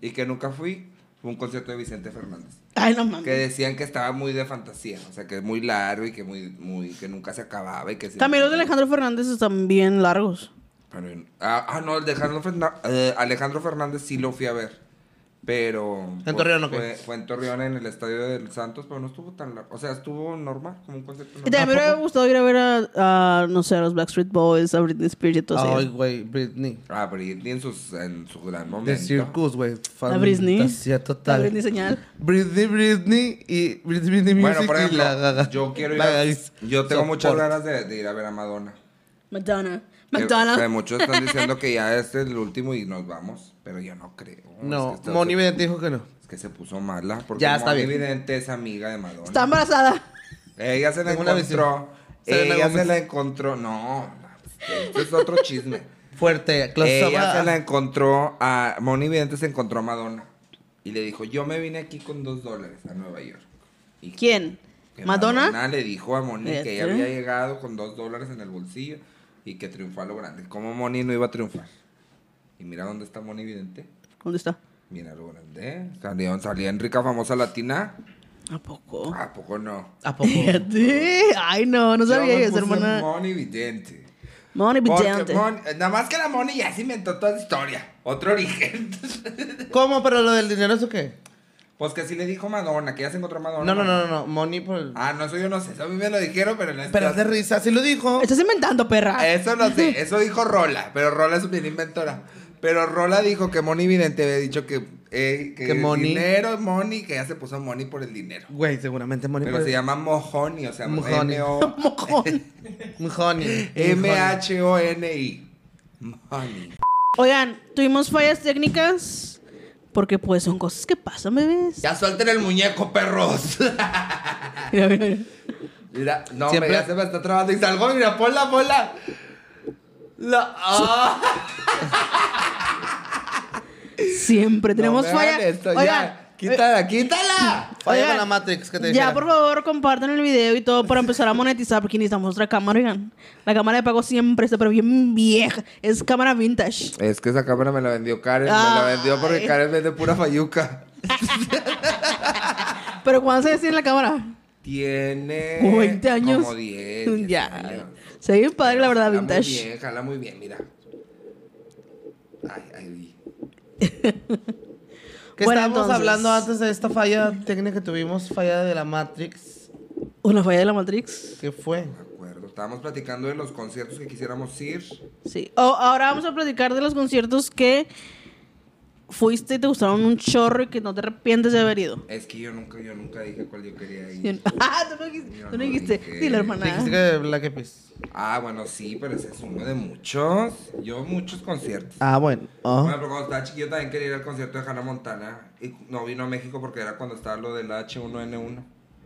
Speaker 2: y que nunca fui, fue un concierto de Vicente Fernández.
Speaker 1: Ay, no
Speaker 2: Que
Speaker 1: mames.
Speaker 2: decían que estaba muy de fantasía, o sea, que es muy largo y que muy, muy, que nunca se acababa y que... siempre-
Speaker 1: También los de Alejandro Fernández están bien largos.
Speaker 2: Pero- Ah, ah, no, el de Alejandro, Ferna- eh, Alejandro Fernández sí lo fui a ver, pero... pues,
Speaker 3: Torreón o qué?
Speaker 2: fue, fue en Torreón, en el Estadio del Santos, pero no estuvo tan largo, o sea, estuvo normal, como un concierto
Speaker 1: Y
Speaker 2: normal.
Speaker 1: también me hubiera gustado ir a ver a, a, no sé, a los Backstreet Boys, a Britney Spears y todo eso.
Speaker 3: Ay, güey, Britney.
Speaker 2: Ah, Britney en, sus, en su gran
Speaker 3: The
Speaker 2: momento.
Speaker 3: Circus, güey.
Speaker 1: La Britney.
Speaker 3: Fantasía
Speaker 1: La
Speaker 3: total.
Speaker 1: Britney señal.
Speaker 3: Britney, Britney y Britney, Britney
Speaker 2: Bueno,
Speaker 3: Music
Speaker 2: por
Speaker 3: y la
Speaker 2: ejemplo,
Speaker 3: gaga.
Speaker 2: yo quiero ir
Speaker 3: La
Speaker 2: a,
Speaker 3: Gaga
Speaker 2: Yo
Speaker 3: is
Speaker 2: tengo muchas
Speaker 3: support.
Speaker 2: ganas de, de ir a ver a Madonna.
Speaker 1: Madonna.
Speaker 2: Que-
Speaker 1: Madonna.
Speaker 2: que muchos están diciendo que ya este es el último y nos vamos, pero yo no creo.
Speaker 3: No,
Speaker 2: Es que,
Speaker 3: Moni
Speaker 2: se,
Speaker 3: Vidente dijo que no.
Speaker 2: es que se puso mala. Porque
Speaker 3: Ya, está
Speaker 2: Moni
Speaker 3: bien.
Speaker 2: Vidente es amiga de Madonna.
Speaker 1: Está embarazada.
Speaker 2: Ella se la
Speaker 3: Tengo una
Speaker 2: encontró.
Speaker 3: visión. Selena
Speaker 2: Ella se
Speaker 3: Gómez.
Speaker 2: la encontró. No, este es otro
Speaker 3: (laughs)
Speaker 2: chisme.
Speaker 3: Fuerte, close up.
Speaker 2: Ella
Speaker 3: ah.
Speaker 2: se la encontró a Moni Vidente se encontró a Madonna y le dijo, yo me vine aquí con dos dólares a Nueva York. Y
Speaker 1: ¿Quién?
Speaker 2: que
Speaker 1: Madonna.
Speaker 2: le dijo a Moni que ella
Speaker 1: Fíjate.
Speaker 2: había llegado con dos dólares en el bolsillo y que triunfó a lo grande. ¿Cómo Moni no iba a triunfar? Y mira dónde está Moni Vidente.
Speaker 1: ¿Dónde está?
Speaker 2: Mira lo grande. Salía, salía en rica famosa latina.
Speaker 1: ¿A poco?
Speaker 2: ¿A poco no?
Speaker 1: (laughs)
Speaker 3: ¿A poco?
Speaker 1: Fíjate. Ay, no, no sabía
Speaker 2: Yo me
Speaker 1: eso,
Speaker 2: puse
Speaker 1: hermana.
Speaker 2: Moni Vidente.
Speaker 1: Moni
Speaker 2: Porque
Speaker 1: Vidente.
Speaker 2: Moni- nada más que la Moni ya se inventó toda la historia. Otro origen. (laughs)
Speaker 3: ¿Cómo? ¿Pero lo del dinero eso qué?
Speaker 2: Pues que sí le dijo Madonna, que ya se encontró Madonna.
Speaker 3: No, no, no, no, no. Moni por el...
Speaker 2: Ah, no, eso yo no sé. Eso a mí me lo dijeron, pero no es
Speaker 3: Pero es de risa, sí lo dijo.
Speaker 1: Estás inventando, (laughs) perra.
Speaker 2: Eso no sé, eso dijo Rola, pero Rola es bien inventora. Pero Rola dijo que Moni Vidente había dicho que, eh, que,
Speaker 3: Que
Speaker 2: el
Speaker 3: Moni-
Speaker 2: dinero, Moni, que ya se puso Moni por el dinero.
Speaker 3: Güey, seguramente Moni
Speaker 2: Pero
Speaker 3: por
Speaker 2: se
Speaker 3: el...
Speaker 2: llama Mojoni, o sea,
Speaker 3: Mojoni. (laughs)
Speaker 2: M-O-
Speaker 1: Mojón.
Speaker 2: (laughs)
Speaker 3: Mojoni.
Speaker 2: M-H-O-N-I. Mojoni.
Speaker 1: Oigan, tuvimos fallas técnicas porque pues son cosas que pasan, bebés.
Speaker 2: Ya suelten el muñeco, perros. (laughs)
Speaker 1: Mira, mira, mira.
Speaker 2: Mira, no,
Speaker 3: Siempre-
Speaker 2: me, ya se me está trabando y salgo, mira, ponla, ponla. La, ah.
Speaker 1: Siempre tenemos
Speaker 2: No me hagan
Speaker 1: fallas.
Speaker 2: esto, ya.
Speaker 1: Oigan, eh,
Speaker 2: Quítala, quítala.
Speaker 3: Falla
Speaker 1: Oigan,
Speaker 3: con la Matrix que te
Speaker 1: Ya,
Speaker 3: dijera.
Speaker 1: por favor, compartan el video y todo para empezar a monetizar, porque necesitamos otra cámara, oigan. La cámara de pago siempre está, pero bien vieja. Es cámara vintage.
Speaker 2: Es que esa cámara me la vendió Karen, me la vendió porque
Speaker 1: Ay.
Speaker 2: Karen vende pura fayuca.
Speaker 1: Pero ¿cuándo se decide la cámara?
Speaker 2: Tiene
Speaker 1: 20 años.
Speaker 2: Eh, Como
Speaker 1: (laughs)
Speaker 2: 10. 10
Speaker 1: ya.
Speaker 2: años.
Speaker 1: Se ve bien padre, la verdad,
Speaker 2: Jala Muy
Speaker 1: vintage.
Speaker 2: bien, jala muy bien, mira. Ay, ay, vi.
Speaker 3: Que
Speaker 1: Bueno,
Speaker 3: estábamos
Speaker 1: entonces.
Speaker 3: hablando antes de esta falla técnica que tuvimos, falla de la Matrix.
Speaker 1: Una falla de la Matrix.
Speaker 3: ¿Qué fue?
Speaker 2: De acuerdo. Estábamos platicando de los conciertos que quisiéramos ir.
Speaker 1: Sí. O- ahora vamos a platicar de los conciertos que fuiste y te gustaron un chorro y que no te arrepientes de haber ido.
Speaker 2: Es que yo nunca, yo nunca dije cuál yo quería ir.
Speaker 1: Y- (laughs) Ah, tú no dijiste,
Speaker 2: Yo
Speaker 1: tú no
Speaker 2: no
Speaker 1: dijiste.
Speaker 2: dije.
Speaker 1: Dile,
Speaker 3: ¿Te
Speaker 1: hermana.
Speaker 3: dijiste que Black Eyed Peas?
Speaker 2: Ah, bueno, sí, pero ese es uno de muchos. Yo muchos conciertos.
Speaker 3: Ah, bueno.
Speaker 2: Bueno, pero cuando estaba chiquillo también quería ir al concierto de Hannah Montana. Y no vino a México porque era cuando estaba lo del H1N1.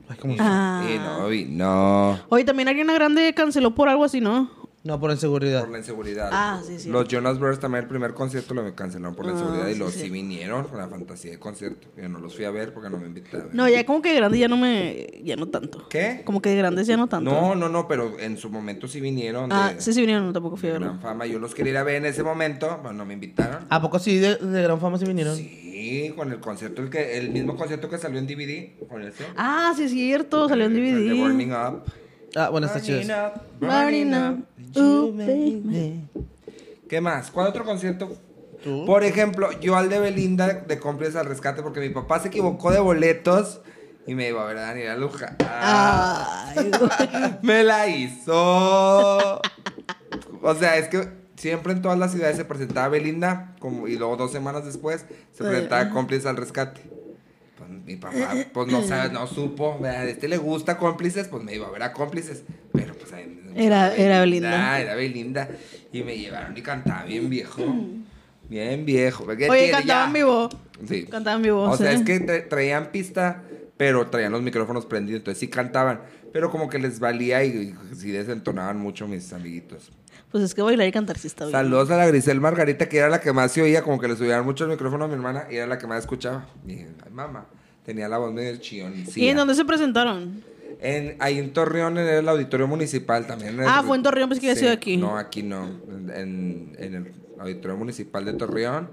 Speaker 3: Ay, ¿cómo se-
Speaker 1: Ah.
Speaker 2: Y no vi, no.
Speaker 1: Oye, también Ariana Grande canceló por algo así, ¿no?
Speaker 3: No, por inseguridad.
Speaker 2: Por la inseguridad.
Speaker 1: Ah, sí, sí.
Speaker 2: Los Jonas Brothers también el primer concierto lo cancelaron por la
Speaker 1: Ah,
Speaker 2: inseguridad y
Speaker 1: sí,
Speaker 2: los
Speaker 1: sí.
Speaker 2: sí vinieron con la fantasía de concierto. Yo no los fui a ver porque no me invitaron.
Speaker 1: No, ya como que de grande ya no me. Ya no tanto.
Speaker 2: ¿Qué?
Speaker 1: Como que de grandes ya no tanto.
Speaker 2: No, no, no, pero en su momento sí vinieron. De,
Speaker 1: Ah, sí, sí vinieron, no, tampoco fui
Speaker 2: de
Speaker 1: a verlo.
Speaker 2: gran fama. Yo los quería ir a ver en ese momento, pero no me invitaron.
Speaker 1: Ah,
Speaker 3: ¿A poco sí de, de gran fama se vinieron?
Speaker 2: Sí, con el concierto, el, que, el mismo concierto que salió en DVD, con ese.
Speaker 1: Ah, sí es cierto, salió en
Speaker 2: El- el de Burning
Speaker 1: DVD.
Speaker 2: Up.
Speaker 3: Ah, bueno, está chido. eso.
Speaker 2: Up,
Speaker 1: Burning Up. Oh, baby.
Speaker 2: ¿Qué más? ¿Cuál otro concierto?
Speaker 3: ¿Tú?
Speaker 2: Por ejemplo, yo al de Belinda de Cómplices al Rescate porque mi papá se equivocó de boletos y me iba a ver a Daniela Luja. Ah,
Speaker 1: Ay, güey.
Speaker 2: Me la hizo. o sea, es que siempre en todas las ciudades se presentaba Belinda como, y luego dos semanas después se presentaba Cómplices al Rescate. Pues, mi papá, pues no, sabe, no supo. ¿verdad? A este le gusta Cómplices, pues me iba a ver a Cómplices. Pero pues a mí me gustaba
Speaker 1: Era- era Belinda.
Speaker 2: Era Belinda. Y me llevaron y cantaba bien viejo. Bien viejo. (laughs) ¿Qué
Speaker 1: Oye,
Speaker 2: tiene?
Speaker 1: cantaba
Speaker 2: Ya.
Speaker 1: en vivo.
Speaker 2: Sí.
Speaker 1: Cantaba en vivo,
Speaker 2: O sea,
Speaker 1: sí.
Speaker 2: es que tra- traían pista, pero traían los micrófonos prendidos, entonces sí cantaban, pero como que les valía y, y sí desentonaban mucho mis amiguitos.
Speaker 1: Pues es que bailar y cantar sí está bien.
Speaker 2: Saludos a la Grisel Margarita, que era la que más se oía, como que le subían mucho el micrófono a mi hermana y era la que más escuchaba. Y dije, ay, mamá, tenía la voz medio chillón.
Speaker 1: ¿Y en dónde se presentaron?
Speaker 2: En, ahí en Torreón, en el auditorio municipal también.
Speaker 1: Ah, fue en Torreón, pensé que había
Speaker 2: Sí,
Speaker 1: sido aquí.
Speaker 2: No, aquí no. En, en- en el auditorio municipal de Torreón.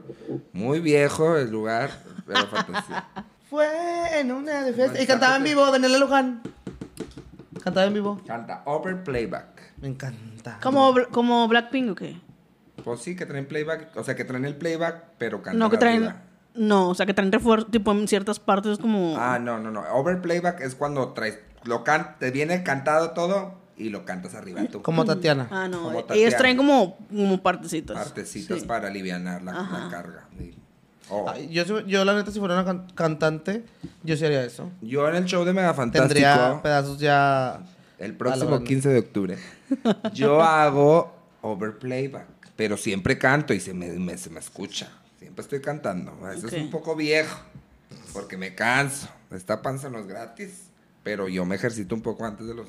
Speaker 2: Muy viejo el lugar.
Speaker 1: (laughs)
Speaker 2: Era fantasía.
Speaker 3: Fue en una de fiesta. Y cantaba en vivo, Daniela Luján. Cantaba en vivo.
Speaker 2: Canta over playback.
Speaker 3: Me encanta.
Speaker 1: ¿Como, Bl- como Blackpink o qué?
Speaker 2: Pues sí, que traen playback. O sea, que traen el playback, pero cantan
Speaker 1: No, que traen.
Speaker 2: arriba.
Speaker 1: No, o sea, que traen refuerzo, tipo en ciertas partes es como.
Speaker 2: Ah, no, no, no. Over playback es cuando traes. Lo can te viene cantado todo y lo cantas arriba tú.
Speaker 3: Como Tatiana.
Speaker 1: Ah, no.
Speaker 2: como
Speaker 1: Ellos
Speaker 2: Tatiana.
Speaker 1: traen como, como partecitas.
Speaker 2: Partecitas
Speaker 1: Sí.
Speaker 2: para aliviar la, la
Speaker 1: Ajá.
Speaker 2: carga. Sí. Oh.
Speaker 3: Ay, Yo, si- yo, la neta, si fuera una can- cantante, yo sí haría eso.
Speaker 2: Yo en el show de Mega Fantástico.
Speaker 3: Tendría pedazos ya.
Speaker 2: El
Speaker 3: A la
Speaker 2: próximo
Speaker 3: banda.
Speaker 2: 15
Speaker 1: (laughs)
Speaker 2: de octubre. Yo hago overplayback, pero siempre canto y se me, me- se me escucha. Siempre estoy cantando. Eso
Speaker 1: Ok.
Speaker 2: es un poco viejo, porque me canso. Esta panza no es gratis, pero yo me ejercito un poco antes de los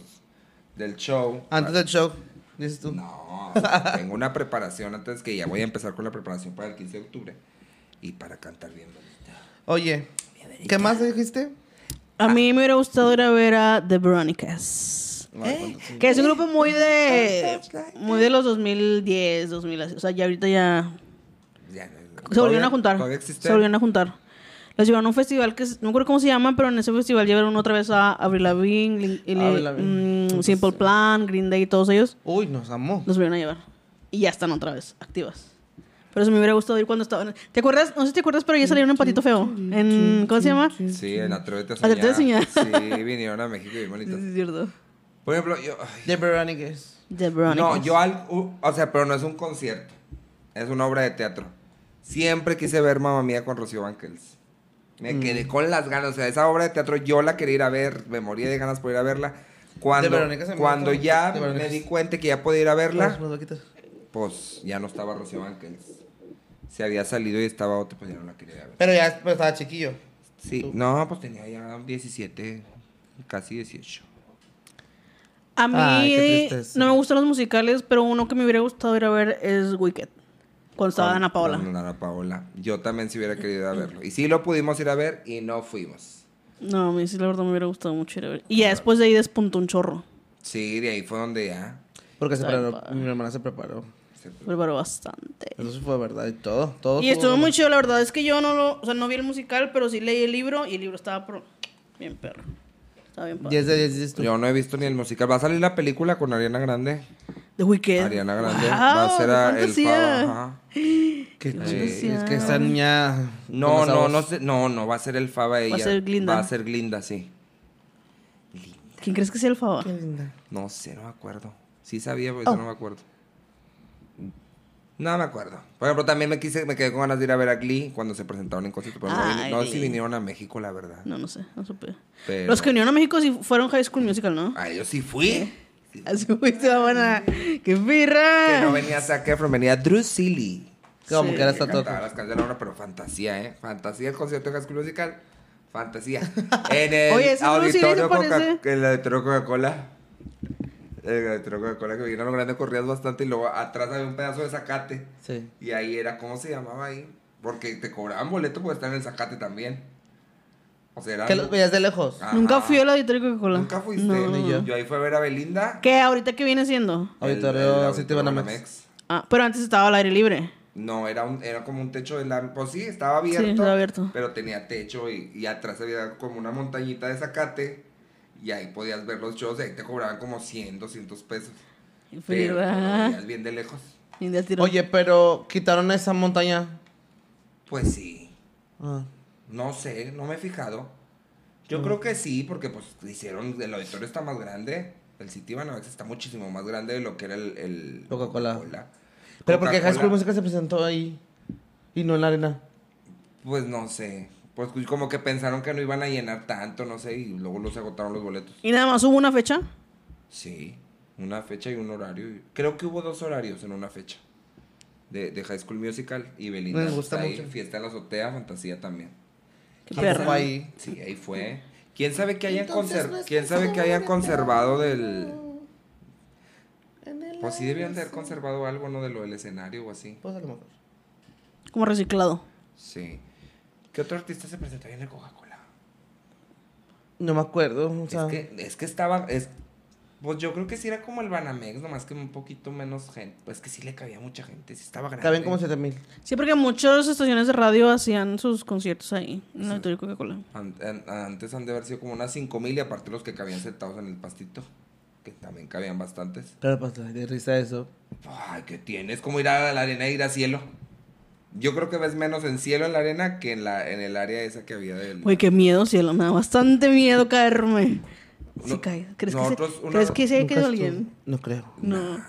Speaker 2: del show.
Speaker 3: Antes del show, dices tú.
Speaker 2: No, o sea, (laughs) tengo una preparación antes que ya voy a empezar con la preparación para el 15 de octubre y para cantar bien.
Speaker 3: Oye, ¿qué más dijiste?
Speaker 1: A mí me hubiera gustado ir a ver a The Veronicas.
Speaker 2: pues,
Speaker 1: Que es un grupo muy de. Muy de los 2010, 2000. así. O sea, ya ahorita ya.
Speaker 2: Ya, no-
Speaker 1: Se volvieron
Speaker 2: ¿Todavía-
Speaker 1: a juntar.
Speaker 2: ¿Todavía existen?
Speaker 1: Se volvieron a juntar. Los llevaron a un festival que es- no me acuerdo cómo se llama, pero en ese festival llevaron otra vez a Avril Lavigne, Lin- y-
Speaker 3: Avril Lavigne.
Speaker 1: mm, Simple Plan, Green Day, todos ellos.
Speaker 3: Uy, nos amó.
Speaker 1: Los volvieron a llevar. Y ya están otra vez activas. Pero eso me hubiera gustado ir cuando estaban. ¿Te acuerdas? No sé si te acuerdas, pero ya salieron en Patito Feo. En, ¿Cómo se llama? Sí,
Speaker 2: Sí, en Atrévete a soñar.
Speaker 1: Atrévete a
Speaker 2: Sí, vinieron a México y bonitos.
Speaker 1: es cierto.
Speaker 2: Por ejemplo, yo. ay,
Speaker 3: De Veronicas.
Speaker 1: The Veronicas.
Speaker 2: No, yo al. u- o sea, pero no es un concierto. Es una obra de teatro. Siempre quise ver Mamma Mía con Rocío Banquels. Me
Speaker 1: Mm.
Speaker 2: quedé con las ganas. O sea, esa obra de teatro yo la quería ir a ver. Me moría de ganas por ir a verla. Cuando,
Speaker 3: De Verónica se me
Speaker 2: cuando
Speaker 3: gustó.
Speaker 2: ya
Speaker 3: De
Speaker 2: me
Speaker 3: Verónica.
Speaker 2: di cuenta que ya podía ir a
Speaker 3: Las
Speaker 2: verla,
Speaker 3: boquitas.
Speaker 2: pues ya no estaba Rocío Banquels. Se había salido y estaba otro, pues ya no la quería ir a ver.
Speaker 3: Pero ya pero estaba chiquillo.
Speaker 2: Sí, no, pues tenía ya 17, casi 18.
Speaker 1: A mí
Speaker 3: Ay, qué tristeza.
Speaker 1: no me gustan los musicales, pero uno que me hubiera gustado ir a ver es Wicked. Cuando estaba
Speaker 2: Con-
Speaker 1: Ana Paola.
Speaker 2: con Ana Paola. Yo también sí hubiera querido ir a verlo. Y sí lo pudimos ir a ver y no fuimos.
Speaker 1: No, a mí sí, la verdad me hubiera gustado mucho ir a ver. Y ya después de ahí despuntó un chorro.
Speaker 2: Sí, de ahí fue donde ya.
Speaker 3: Porque se
Speaker 1: Ay,
Speaker 3: preparó,
Speaker 1: pa.
Speaker 3: mi hermana se preparó.
Speaker 2: se-
Speaker 1: Preparó bastante.
Speaker 3: Eso sí fue verdad y todo. todo
Speaker 1: Y estuvo muy chido, la verdad es que yo no lo, o sea, no vi el musical, pero sí leí el libro y el libro estaba pro- bien perro. Estaba bien padre.
Speaker 3: 10 de 10 dices tú.
Speaker 2: Yo no he visto ni el musical. Va a salir la película con Ariana Grande.
Speaker 1: The Weeknd.
Speaker 2: Ariana Grande
Speaker 1: Wow,
Speaker 2: va a ser
Speaker 1: qué
Speaker 2: a- el
Speaker 1: fantasía.
Speaker 2: fava, ajá.
Speaker 3: Qué chido.
Speaker 2: Sí.
Speaker 3: Es que esa niña.
Speaker 2: No,
Speaker 3: con esa
Speaker 2: no,
Speaker 3: voz.
Speaker 2: no, sé- no, no va a ser el fava ella.
Speaker 1: ser Glinda.
Speaker 2: Va a ser Glinda, sí.
Speaker 1: ¿Quién crees que sea el favor?
Speaker 3: Qué linda.
Speaker 1: Oh.
Speaker 2: No sé, no me acuerdo. Sí sabía, pero ahorita no me acuerdo. No me acuerdo. Por ejemplo, también me quise, me quedé con ganas de ir a ver a Glee cuando se presentaron en concierto. Pero no
Speaker 1: Ay,
Speaker 2: vin- no, sé si
Speaker 1: Glee.
Speaker 2: vinieron a México, la verdad.
Speaker 1: No, no sé, no supe.
Speaker 2: Pero-
Speaker 1: Los que vinieron a México sí fueron High School Musical, ¿no?
Speaker 2: A ellos Ah, sí fui.
Speaker 1: (laughs) Así fuiste la buena. ¡Qué
Speaker 2: Que no
Speaker 1: pirra!
Speaker 2: venía Zac Efron, venía Drew Seeley.
Speaker 3: Como
Speaker 1: Sí.
Speaker 3: que era
Speaker 2: Que
Speaker 3: hasta todo.
Speaker 2: cantaba las canciones de la obra, pero fantasía, ¿eh? Fantasía el concierto de High School Musical. Fantasía. (laughs) En el
Speaker 1: Oye, ese Drew Seeley se
Speaker 2: auditorio Coca-
Speaker 1: parece.
Speaker 2: el auditorio Coca-Cola. El auditorio Coca-Cola que vinieron grande, corrías bastante y luego atrás había un pedazo de zacate.
Speaker 3: Sí.
Speaker 2: Y ahí era, ¿cómo se llamaba ahí? Porque te cobraban boleto por estar en el zacate también. O sea, era...
Speaker 3: Que los veías de lejos.
Speaker 2: Ajá.
Speaker 1: Nunca fui al auditorio de Coca-Cola.
Speaker 2: Nunca fuiste.
Speaker 1: No.
Speaker 3: Ni yo.
Speaker 2: Yo ahí fui a ver a Belinda.
Speaker 1: ¿Qué? ¿Ahorita qué viene siendo?
Speaker 3: Auditorio City Banamex.
Speaker 2: Banamex.
Speaker 1: Ah, pero antes estaba al aire libre.
Speaker 2: No, era, un, era como un techo de la... Pues sí, estaba abierto.
Speaker 1: Sí, estaba abierto.
Speaker 2: Pero tenía techo y, y atrás había como una montañita de zacate. Y ahí podías ver los shows y ahí te cobraban como 100, 200 pesos.
Speaker 1: Y fui,
Speaker 2: Pero pues, lo
Speaker 1: ¿verdad?
Speaker 2: veías bien de lejos.
Speaker 1: ah. Y de tiro.
Speaker 3: Oye, pero quitaron esa montaña.
Speaker 2: Pues sí.
Speaker 3: Ah.
Speaker 2: No sé, no me he fijado. Yo
Speaker 1: Mm.
Speaker 2: creo que sí, porque pues hicieron... El auditorio está más grande. El City Banamex está muchísimo más grande de lo que era el... el
Speaker 3: Coca-Cola. Pero porque High School
Speaker 2: Coca-Cola.
Speaker 3: Musical se presentó ahí y no en la arena.
Speaker 2: Pues no sé. Pues como que pensaron que no iban a llenar tanto, no sé, y luego los agotaron los boletos.
Speaker 1: ¿Y nada más hubo una fecha?
Speaker 2: Sí, una fecha y un horario. y- Creo que hubo dos horarios en una fecha. De, de High School Musical y Belinda.
Speaker 3: Me gusta
Speaker 2: está ahí,
Speaker 3: mucho.
Speaker 2: Fiesta en la azotea, fantasía también.
Speaker 1: Qué
Speaker 3: ¿Quién
Speaker 1: perra.
Speaker 3: fue ahí?
Speaker 2: Sí, ahí fue. ¿Quién sabe que hayan,
Speaker 3: Entonces
Speaker 2: conser-
Speaker 3: no es
Speaker 2: ¿quién sabe que hayan
Speaker 3: favorita.
Speaker 2: conservado del... Pues sí debían de haber conservado algo, ¿no? De lo del escenario o así.
Speaker 3: Pues a lo mejor.
Speaker 1: Como reciclado.
Speaker 2: Sí. ¿Qué otro artista se presentó ahí en el Coca-Cola?
Speaker 3: No me acuerdo. O sea,
Speaker 2: Es que, es que estaba. Es, pues yo creo que sí era como el Banamex, nomás que un poquito menos gente. Pues que sí le cabía mucha gente, sí estaba grande.
Speaker 3: caben como 7000.
Speaker 1: Sí, porque muchas estaciones de radio hacían sus conciertos ahí, en el auditorio de Coca-Cola.
Speaker 2: An- an- antes han de haber sido como unas 5 mil y aparte los que cabían sentados en el pastito, que también cabían bastantes.
Speaker 3: Pero pues de risa eso.
Speaker 2: Ay, ¿qué tienes? Como ir a la arena e ir a cielo. Yo creo que ves menos en cielo en la arena que en, la, en el área esa que había del.
Speaker 1: Güey, qué miedo, cielo. Me da bastante miedo caerme. Sí,
Speaker 2: No-
Speaker 1: caí. ¿Crees,
Speaker 2: nosotros
Speaker 1: que se,
Speaker 2: una-
Speaker 1: ¿Crees que se
Speaker 3: Nunca
Speaker 1: quedó
Speaker 3: estuve-
Speaker 1: alguien?
Speaker 3: No creo.
Speaker 1: No.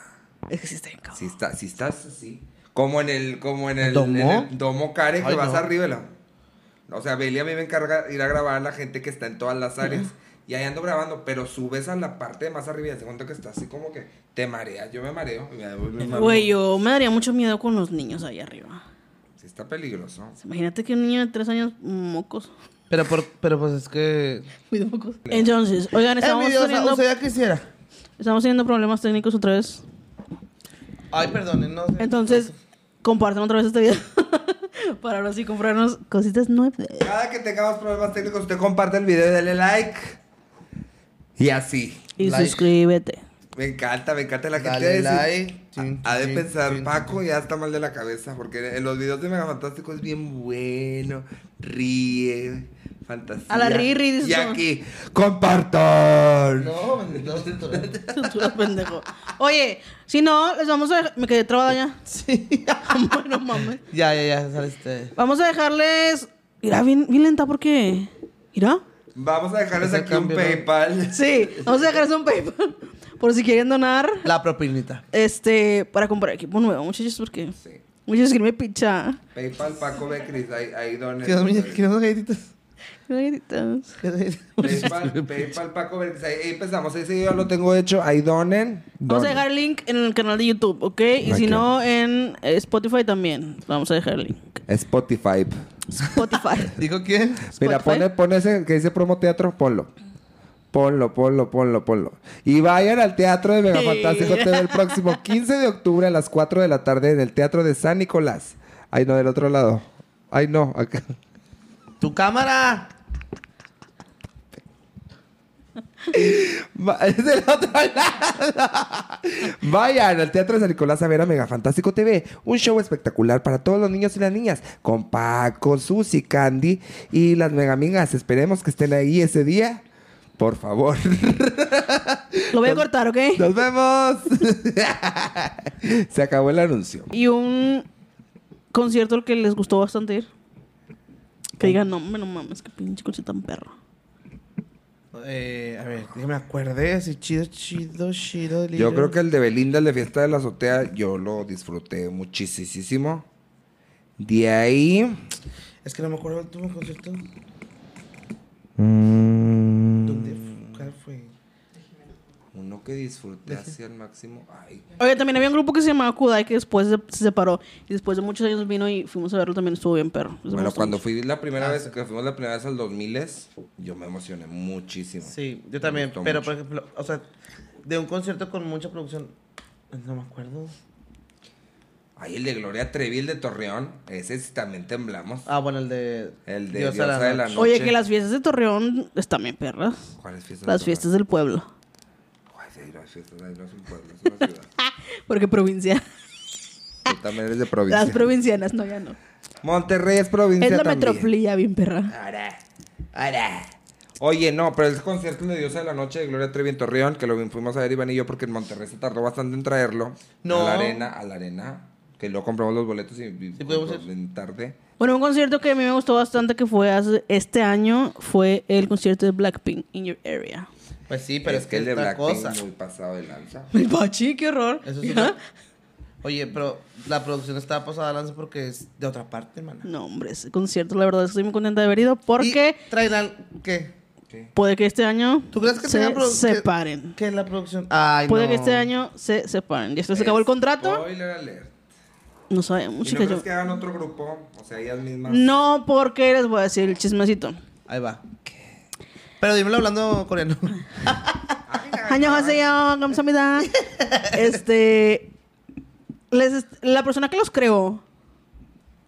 Speaker 1: Es que sí está bien cabrón.
Speaker 2: Si, está, si estás así. Como en el, como en el
Speaker 3: ¿Domo?
Speaker 2: en el domo care que
Speaker 3: Ay,
Speaker 2: vas
Speaker 3: no.
Speaker 2: arriba. de la- O sea, Beli a mí me encarga ir a grabar a la gente que está en todas las áreas. Y ahí ando grabando, pero subes a la parte de más arriba y hace cuenta que estás así como que te mareas. Yo me mareo. y me devuelvo y me
Speaker 1: Güey,
Speaker 2: mareo.
Speaker 1: yo me daría mucho miedo con los niños ahí arriba.
Speaker 2: Sí, está peligroso.
Speaker 1: Imagínate que un niño de tres años, mm, mocos. (laughs)
Speaker 3: Pero, por, pero pues es que.
Speaker 1: Muy de mocos. Entonces, oigan, estamos
Speaker 3: Envidiosa,
Speaker 1: teniendo,
Speaker 3: o sea, ya quisiera.
Speaker 1: estamos teniendo problemas técnicos otra vez.
Speaker 3: Ay, perdonen, no sé.
Speaker 1: Entonces, compartan otra vez este video. (laughs) Para ahora sí comprarnos cositas nuevas.
Speaker 2: Cada que tengamos problemas técnicos, usted comparte el video y dale like. Y así.
Speaker 1: Y
Speaker 3: Like.
Speaker 1: suscríbete. (laughs)
Speaker 2: Me encanta, me encanta la gente.
Speaker 3: Dale
Speaker 2: de decir-
Speaker 3: like. Chin,
Speaker 2: Ha de
Speaker 3: chin,
Speaker 2: pensar,
Speaker 3: chin,
Speaker 2: Paco ya está mal de la cabeza, porque en los videos de Mega Fantástico es bien bueno, ríe, fantasía.
Speaker 1: A la Riri, dices
Speaker 2: Y
Speaker 1: tú.
Speaker 2: aquí, compartan.
Speaker 3: No, bendito (laughs) cinturón.
Speaker 1: Tú, pendejo. Oye, si no, les vamos a dej- Me quedé trabada ya. (laughs)
Speaker 3: Sí.
Speaker 1: bueno, mames.
Speaker 3: Ya, ya, ya, este, saliste.
Speaker 1: Vamos a dejarles. Mira, bien, bien lenta porque. Mira.
Speaker 2: Vamos a dejarles
Speaker 3: Ese
Speaker 2: aquí
Speaker 3: cambio,
Speaker 2: un
Speaker 3: ¿no?
Speaker 2: PayPal.
Speaker 1: Sí, vamos a dejarles un PayPal. (laughs) Por si quieren donar.
Speaker 3: La propinita.
Speaker 1: Este, para comprar equipo nuevo, muchachos, porque.
Speaker 2: Sí.
Speaker 1: Muchachos, que me picha.
Speaker 2: PayPal, Paco Becris, ahí, ahí donen.
Speaker 3: Queremos muñe- queremos galletitas.
Speaker 1: Galletitas.
Speaker 3: Queremos galletitas.
Speaker 2: PayPal,
Speaker 3: pues.
Speaker 2: PayPal, Paco Becris, ahí, ahí empezamos, ese yo ya lo tengo hecho, ahí donen.
Speaker 1: Vamos a
Speaker 2: donen.
Speaker 1: dejar el link en el canal de YouTube, ¿ok? Y si
Speaker 2: Ok.
Speaker 1: no, en eh, Spotify también. Vamos a dejar el link.
Speaker 2: Spotify.
Speaker 1: Spotify.
Speaker 2: (laughs)
Speaker 3: ¿Dijo quién?
Speaker 2: Mira,
Speaker 1: Spotify.
Speaker 2: pone, pone ese que dice promo teatro, ponlo. Ponlo, ponlo, ponlo, ponlo. Y vayan al Teatro de Mega
Speaker 1: Sí.
Speaker 2: Fantástico TV el (laughs) próximo 15 de octubre a las 4 de la tarde en el Teatro de San Nicolás. Ay, no, del otro lado. Ay, no, acá.
Speaker 3: ¡Tu cámara!
Speaker 2: (laughs) Va- es del otro lado. (laughs) Vayan al Teatro de San Nicolás a ver a Mega Fantástico TV. Un show espectacular para todos los niños y las niñas. Con Paco, Susi, Candy y las Megamingas. Esperemos que estén ahí ese día. Por favor.
Speaker 1: Lo voy a cortar, ¿ok?
Speaker 2: ¡Nos vemos! (laughs) Se acabó el anuncio.
Speaker 1: Y un concierto al que les gustó bastante ir. Que digan, no, hombre, no mames, qué pinche coche tan perro.
Speaker 3: Eh, a ver, déjame acuerde así chido, chido, chido.
Speaker 2: Yo creo que el de Belinda, el de Fiesta de la Azotea, yo lo disfruté muchísimo. De ahí.
Speaker 3: Es que no me acuerdo el último concierto.
Speaker 2: mm,
Speaker 3: ¿Dónde fue? ¿Cuál fue?
Speaker 2: Uno que disfruté así al máximo. Ay,
Speaker 1: Oye, también había un grupo que se llamaba Kudai que después se, se separó. Y después de muchos años vino y fuimos a verlo también. Estuvo bien, perro. Eso me
Speaker 2: Bueno,
Speaker 1: gustó
Speaker 2: cuando
Speaker 1: mucho. Ah,
Speaker 2: fui la primera vez, que fuimos la primera vez al 2000, yo me emocioné muchísimo.
Speaker 3: Sí, yo
Speaker 2: Me
Speaker 3: también.
Speaker 2: gustó
Speaker 3: Pero,
Speaker 2: mucho.
Speaker 3: por ejemplo, o sea, de un concierto con mucha producción, no me acuerdo.
Speaker 2: Ahí el de Gloria Trevi, el de Torreón, ese sí también temblamos.
Speaker 3: Ah, bueno, el de.
Speaker 2: El de Diosa de la Noche.
Speaker 1: Oye, que las fiestas de Torreón están bien perras.
Speaker 2: ¿Cuáles fiestas?
Speaker 1: Las fiestas del pueblo. (laughs)
Speaker 2: Ay, sí, las fiestas, ay, no es un pueblo, es una ciudad.
Speaker 1: Porque provincia.
Speaker 2: Tú también eres de provincia.
Speaker 1: Las provincianas, no, ya no.
Speaker 2: Monterrey es provincia
Speaker 1: es la
Speaker 2: también.
Speaker 1: metrópoli ya bien perra.
Speaker 2: Ahora, ahora. Oye, no, pero el concierto de Diosa de la Noche de Gloria Trevi en Torreón, que lo fuimos a ver Iván y yo porque en Monterrey se tardó bastante en traerlo.
Speaker 3: No.
Speaker 2: A la arena, a la arena. Que luego compramos los boletos y, y pues,
Speaker 3: Sí, podemos ir.
Speaker 2: en tarde.
Speaker 1: Bueno, un concierto que a mí me gustó bastante que fue hace- este año fue el concierto de Blackpink in Your Area.
Speaker 3: Pues sí, pero es, que,
Speaker 2: el
Speaker 3: es
Speaker 2: de
Speaker 3: otra
Speaker 2: Blackpink
Speaker 3: cosa.
Speaker 2: muy pasado de lanza.
Speaker 1: El Pachi, qué horror.
Speaker 3: Eso es
Speaker 1: ¿Ya?
Speaker 3: otra- Oye, pero la producción estaba pasada de lanza porque es de otra parte, mana.
Speaker 1: No, hombre, ese concierto, la verdad, estoy muy contenta de haber ido porque
Speaker 3: Y traerán. ¿Qué?
Speaker 1: puede que este año
Speaker 3: ¿Tú crees que
Speaker 1: se
Speaker 3: tengan produ- que-
Speaker 1: separen.
Speaker 3: ¿Qué es la producción? Ay,
Speaker 1: Puede
Speaker 3: no.
Speaker 1: que este año se separen. ¿Ya se acabó el contrato?
Speaker 2: Spoiler alert.
Speaker 1: No sabemos,
Speaker 2: ¿Y no
Speaker 1: chicas.
Speaker 2: crees
Speaker 1: yo-
Speaker 2: que hagan otro grupo? O sea, ellas mismas.
Speaker 1: No, porque les voy a decir el chismecito.
Speaker 3: Ahí va. Pero dímelo hablando coreano.
Speaker 1: (laughs)
Speaker 2: Ah,
Speaker 1: Annyeonghaseyo,
Speaker 2: (laughs)
Speaker 1: 감사합니다. Este. les est- la persona que los creó,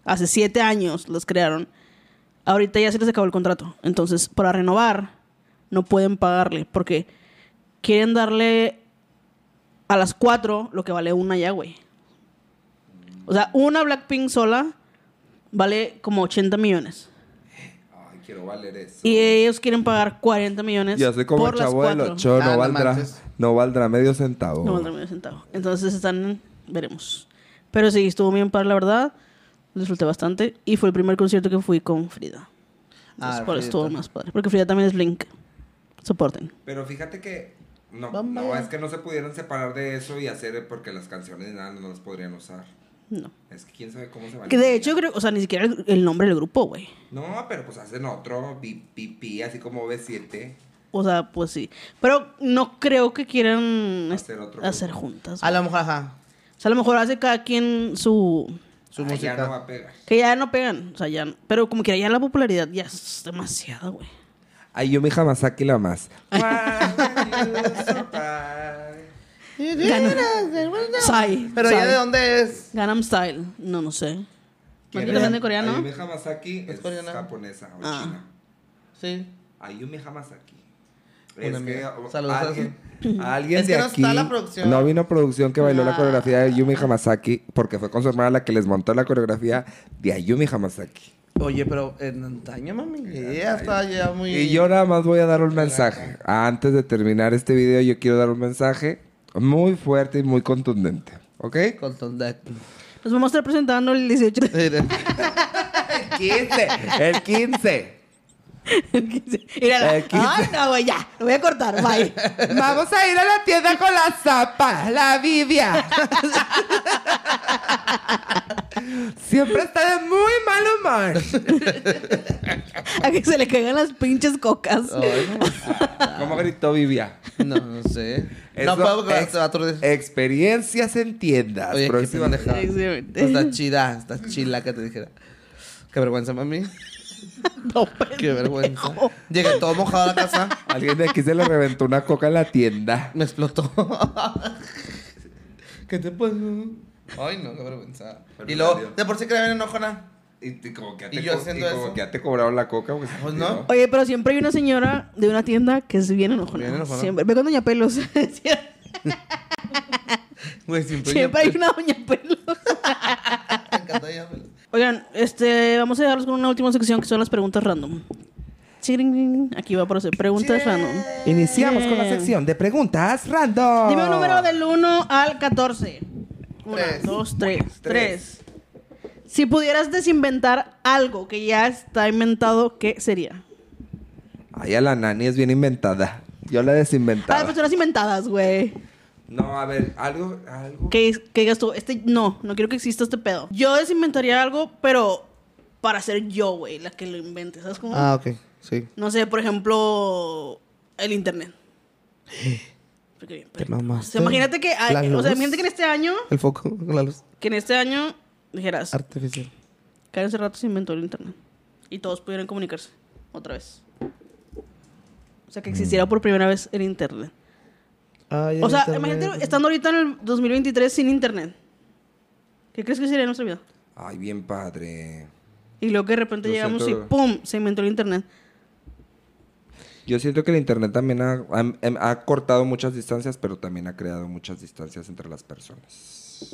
Speaker 1: hace siete años los crearon, ahorita ya se les acabó el contrato. Entonces, para renovar, no pueden pagarle porque quieren darle a las cuatro lo que vale una ya, güey. O sea, una Blackpink sola vale como 80 millones.
Speaker 2: Ay, quiero valer eso.
Speaker 1: Y ellos quieren pagar 40 millones
Speaker 2: Yo soy como
Speaker 1: por
Speaker 2: el
Speaker 1: las
Speaker 2: chavo del
Speaker 1: cuatro.
Speaker 2: 8,
Speaker 3: Ah,
Speaker 2: no,
Speaker 3: no
Speaker 2: valdrá,
Speaker 3: manches.
Speaker 2: no valdrá medio centavo.
Speaker 1: No valdrá medio centavo. Entonces están. Veremos. Pero sí, estuvo bien par, la verdad. Lo Disfruté bastante. Y fue el primer concierto que fui con Frida. Entonces,
Speaker 3: Ah,
Speaker 1: por
Speaker 3: Frida.
Speaker 1: eso estuvo más padre. Porque Frida también es Blink. Soporten.
Speaker 2: Pero fíjate que no,
Speaker 3: Vamos.
Speaker 2: no, es que no se pudieran separar de eso y hacer eh, porque las canciones ni nada no las podrían usar.
Speaker 1: No.
Speaker 2: Es que quién sabe cómo se van. a
Speaker 1: Que de hecho,
Speaker 2: enseñar.
Speaker 1: creo, o sea, ni siquiera el, el nombre del grupo, güey.
Speaker 2: No, pero pues hacen otro pipi, así como B7.
Speaker 1: O sea, pues sí. Pero no creo que quieran est-
Speaker 2: Hacer otro
Speaker 1: hacer
Speaker 2: grupo.
Speaker 1: juntas.
Speaker 3: A
Speaker 1: güey.
Speaker 3: lo mejor, ajá.
Speaker 1: O sea, a lo mejor hace cada quien su.
Speaker 3: Su
Speaker 2: Ah,
Speaker 3: música.
Speaker 2: Ya no va a pegar.
Speaker 1: Que ya no pegan. O sea, ya. no- Pero como que ya la popularidad ya es demasiada, güey.
Speaker 2: Ayumi Hamasaki la más. (laughs)
Speaker 1: Sai.
Speaker 3: Pero ya
Speaker 1: Sai.
Speaker 3: de dónde es.
Speaker 1: Gangnam Style. No, no sé. ¿Más
Speaker 2: ¿Quién
Speaker 1: grande
Speaker 2: es?
Speaker 1: coreano?
Speaker 2: Ayumi Hamasaki es
Speaker 3: coreana.
Speaker 2: japonesa o
Speaker 1: Ah.
Speaker 2: china.
Speaker 3: Sí.
Speaker 2: Ayumi Hamasaki.
Speaker 3: Una
Speaker 2: Es que,
Speaker 3: amiga.
Speaker 2: o-
Speaker 3: Saludos a
Speaker 2: alguien,
Speaker 3: (laughs)
Speaker 2: alguien
Speaker 3: Es que
Speaker 2: de
Speaker 3: no
Speaker 2: aquí
Speaker 3: está la producción.
Speaker 2: no vino producción que bailó la
Speaker 1: Ah.
Speaker 2: coreografía de Ayumi Hamasaki porque fue con su hermana la que les montó la coreografía de Ayumi Hamasaki.
Speaker 3: Oye, pero en antaño, mami. Ella está ya muy.
Speaker 2: Y yo nada más voy a dar un mensaje. Antes de terminar este video yo quiero dar un mensaje muy fuerte y muy contundente. ¿Ok?
Speaker 3: Con Tondak. (laughs)
Speaker 1: Nos vamos a estar presentando el 18 de (laughs)
Speaker 2: El 15. El 15.
Speaker 1: el 15. Mírala.
Speaker 2: El 15.
Speaker 1: Ay, Ah, no, güey, ya. Lo voy a cortar.
Speaker 2: (laughs)
Speaker 1: Bye.
Speaker 2: Vamos a ir a la tienda con la zapa, la Biblia. Siempre está de muy mal humor.
Speaker 1: A que se le caigan las pinches cocas.
Speaker 2: Oh. ¿Cómo gritó Biblia?
Speaker 3: no, no sé.
Speaker 2: Eso,
Speaker 3: no puedo porque
Speaker 2: ex-
Speaker 3: se va a aturde-
Speaker 2: Experiencias en tiendas.
Speaker 3: Oye, qué
Speaker 2: Próxima-
Speaker 3: pendeja.
Speaker 1: Próximamente.
Speaker 3: Pues está chida, está chila que te dijera. Qué vergüenza, (laughs) mami.
Speaker 1: No, pendejo.
Speaker 3: Qué vergüenza. Llegué todo mojado a la casa.
Speaker 2: Alguien de aquí se le reventó una coca en la tienda.
Speaker 3: Me (laughs) explotó. ¿Qué te pasó? Ay, no, qué vergüenza.
Speaker 2: Pero
Speaker 3: Y
Speaker 2: salió.
Speaker 3: luego, de por sí que le ven enojona.
Speaker 2: Y, como que ya
Speaker 3: Y
Speaker 2: te
Speaker 3: yo
Speaker 2: co-
Speaker 3: haciendo
Speaker 2: y como
Speaker 3: eso.
Speaker 2: que ya te cobraron la coca. porque se
Speaker 3: Pues
Speaker 2: te
Speaker 3: no.
Speaker 2: olvidó.
Speaker 1: Oye, pero siempre hay una señora de una tienda que es bien enojona.
Speaker 3: Bien enojona.
Speaker 1: Siempre. Ve con Doña Pelos. (laughs)
Speaker 3: Güey, siempre.
Speaker 1: siempre hay una Doña Pelos.
Speaker 3: (laughs) Me encanta ella, pero-
Speaker 1: Oigan, este, vamos a dejarlos con una última sección que son las preguntas random. Chiring. Aquí va por hacer preguntas random.
Speaker 2: Iniciamos con la
Speaker 1: Bien.
Speaker 2: sección de preguntas random.
Speaker 1: Dime un número del 1 al 14. 1,
Speaker 3: Ah. Tres.
Speaker 1: 2, 3.
Speaker 2: Tres.
Speaker 1: 3. Si pudieras desinventar algo que ya está inventado, ¿qué sería?
Speaker 2: Ay, a la nani es bien inventada. Yo la
Speaker 1: A
Speaker 2: desinventaba.
Speaker 1: las personas Ah, pues, inventadas, güey.
Speaker 2: No, a ver, algo, algo.
Speaker 1: Que, que digas tú, este, no, no quiero que exista este pedo. Yo desinventaría algo, pero para ser yo, güey, la que lo invente, ¿sabes cómo?
Speaker 3: Ah, ok. Sí.
Speaker 1: No sé, por ejemplo, el
Speaker 3: (gasps)
Speaker 1: internet. Porque bien,
Speaker 3: Te
Speaker 1: perrito. O
Speaker 3: mamaste.
Speaker 1: sea, imagínate que,
Speaker 3: La
Speaker 1: o
Speaker 3: luz.
Speaker 1: sea, imagínate que en este año,
Speaker 3: El foco (laughs) con la luz
Speaker 1: que en este año dijeras,
Speaker 3: artificial.
Speaker 1: que en ese rato se inventó el internet y todos pudieran comunicarse otra vez. O sea, que existiera por primera vez el internet.
Speaker 3: Ay,
Speaker 1: O sea,
Speaker 3: el internet.
Speaker 1: imagínate estando ahorita en el 2023 sin internet. ¿Qué crees que sería nuestra vida?
Speaker 2: Ay, bien padre.
Speaker 1: Y luego que de repente
Speaker 2: Yo
Speaker 1: llegamos
Speaker 2: siento-
Speaker 1: y ¡pum! se inventó el internet.
Speaker 2: Yo siento que el internet también ha, ha- em- ha cortado muchas distancias, pero también ha creado muchas distancias entre las personas.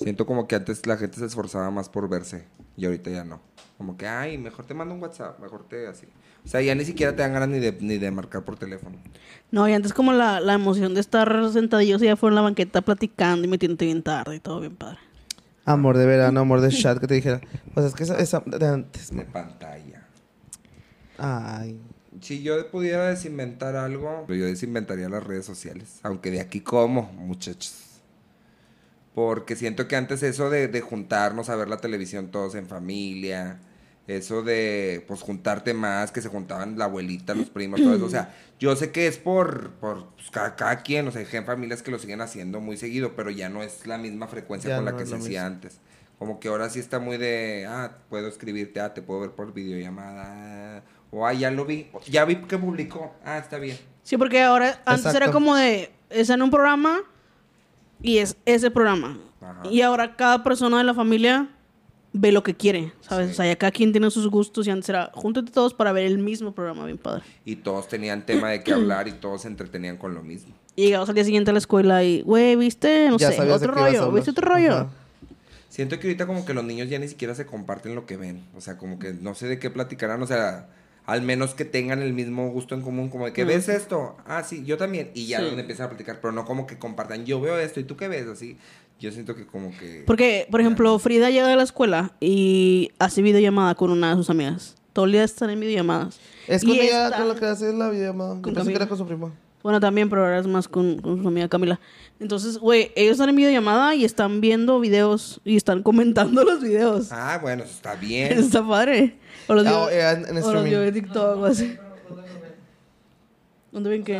Speaker 2: Siento como que antes la gente se esforzaba más por verse y ahorita ya no. Como que, ay, mejor te mando un WhatsApp, mejor te así. O sea, ya ni siquiera te dan ganas ni de, ni de marcar por teléfono.
Speaker 1: No, y antes como la, la emoción de estar sentadillos allá afuera en la banqueta platicando y metiéndote bien tarde y todo bien padre.
Speaker 3: Amor de verano, amor de chat que te dijera. Pues es que esa, esa de antes.
Speaker 2: De
Speaker 3: ma-
Speaker 2: pantalla.
Speaker 3: Ay.
Speaker 2: Si yo pudiera desinventar algo, yo desinventaría las redes sociales. Aunque de aquí como, muchachos. Porque siento que antes eso de, de juntarnos a ver la televisión todos en familia, eso de pues juntarte más, que se juntaban la abuelita, los primos, todo eso. O
Speaker 3: (clears throat)
Speaker 2: sea, yo sé que es por, por pues, cada, cada quien, o sea, hay familias que lo siguen haciendo muy seguido, pero ya no es la misma frecuencia
Speaker 3: Ya
Speaker 2: con la
Speaker 3: no
Speaker 2: que
Speaker 3: es
Speaker 2: se
Speaker 3: lo
Speaker 2: hacía
Speaker 3: mismo.
Speaker 2: antes. Como que ahora sí está muy de, ah, puedo escribirte, ah, te puedo ver por videollamada, o ah, ya lo vi, ya vi que publicó, ah, está bien.
Speaker 1: Sí, porque ahora antes
Speaker 3: Exacto.
Speaker 1: era como de, es en un programa y es ese programa.
Speaker 2: Ajá.
Speaker 1: Y ahora cada persona de la familia ve lo que quiere, ¿sabes?
Speaker 2: Sí.
Speaker 1: O sea, ya cada quien tiene sus gustos y antes era, júntate todos para ver el mismo programa, bien padre.
Speaker 2: Y todos tenían tema de qué hablar y todos se entretenían con lo mismo.
Speaker 1: Y llegabas al día siguiente a la escuela y, güey, ¿viste? No
Speaker 3: Ya
Speaker 1: sé,
Speaker 3: sabías de
Speaker 1: otro
Speaker 3: qué ibas a
Speaker 1: rollo,
Speaker 3: hablar.
Speaker 1: ¿viste otro rollo?
Speaker 3: Ajá.
Speaker 2: Siento que ahorita como que los niños ya ni siquiera se comparten lo que ven. O sea, como que no sé de qué platicarán. O sea, al menos que tengan el mismo gusto en común. Como de que
Speaker 1: Mm.
Speaker 2: ves esto. Ah, sí, yo también. Y ya
Speaker 1: Sí.
Speaker 2: donde empiezan a platicar. Pero no como que compartan. Yo veo esto y tú qué ves. Así. Yo siento que como que...
Speaker 1: Porque, por ejemplo,
Speaker 2: Claro.
Speaker 1: Frida llega de la escuela y hace videollamada con una de sus amigas. Todo el día están en videollamadas.
Speaker 3: Es
Speaker 1: Y
Speaker 3: con ella
Speaker 1: esta-
Speaker 3: con la que hace la videollamada. Yo
Speaker 1: Con
Speaker 3: pensé que
Speaker 1: Camila.
Speaker 3: era con su prima.
Speaker 1: Bueno, también, pero ahora es más con, con su amiga Camila. Entonces, güey, ellos están en videollamada y están viendo videos y están comentando (laughs) los videos.
Speaker 2: Ah, bueno, eso
Speaker 1: (laughs)
Speaker 2: está
Speaker 1: Eso
Speaker 2: bien.
Speaker 1: Está padre. O los
Speaker 3: Ah,
Speaker 1: videos,
Speaker 3: eh, en- en
Speaker 1: o los
Speaker 3: streaming.
Speaker 1: videos de TikTok o así. ¿Dónde ven qué?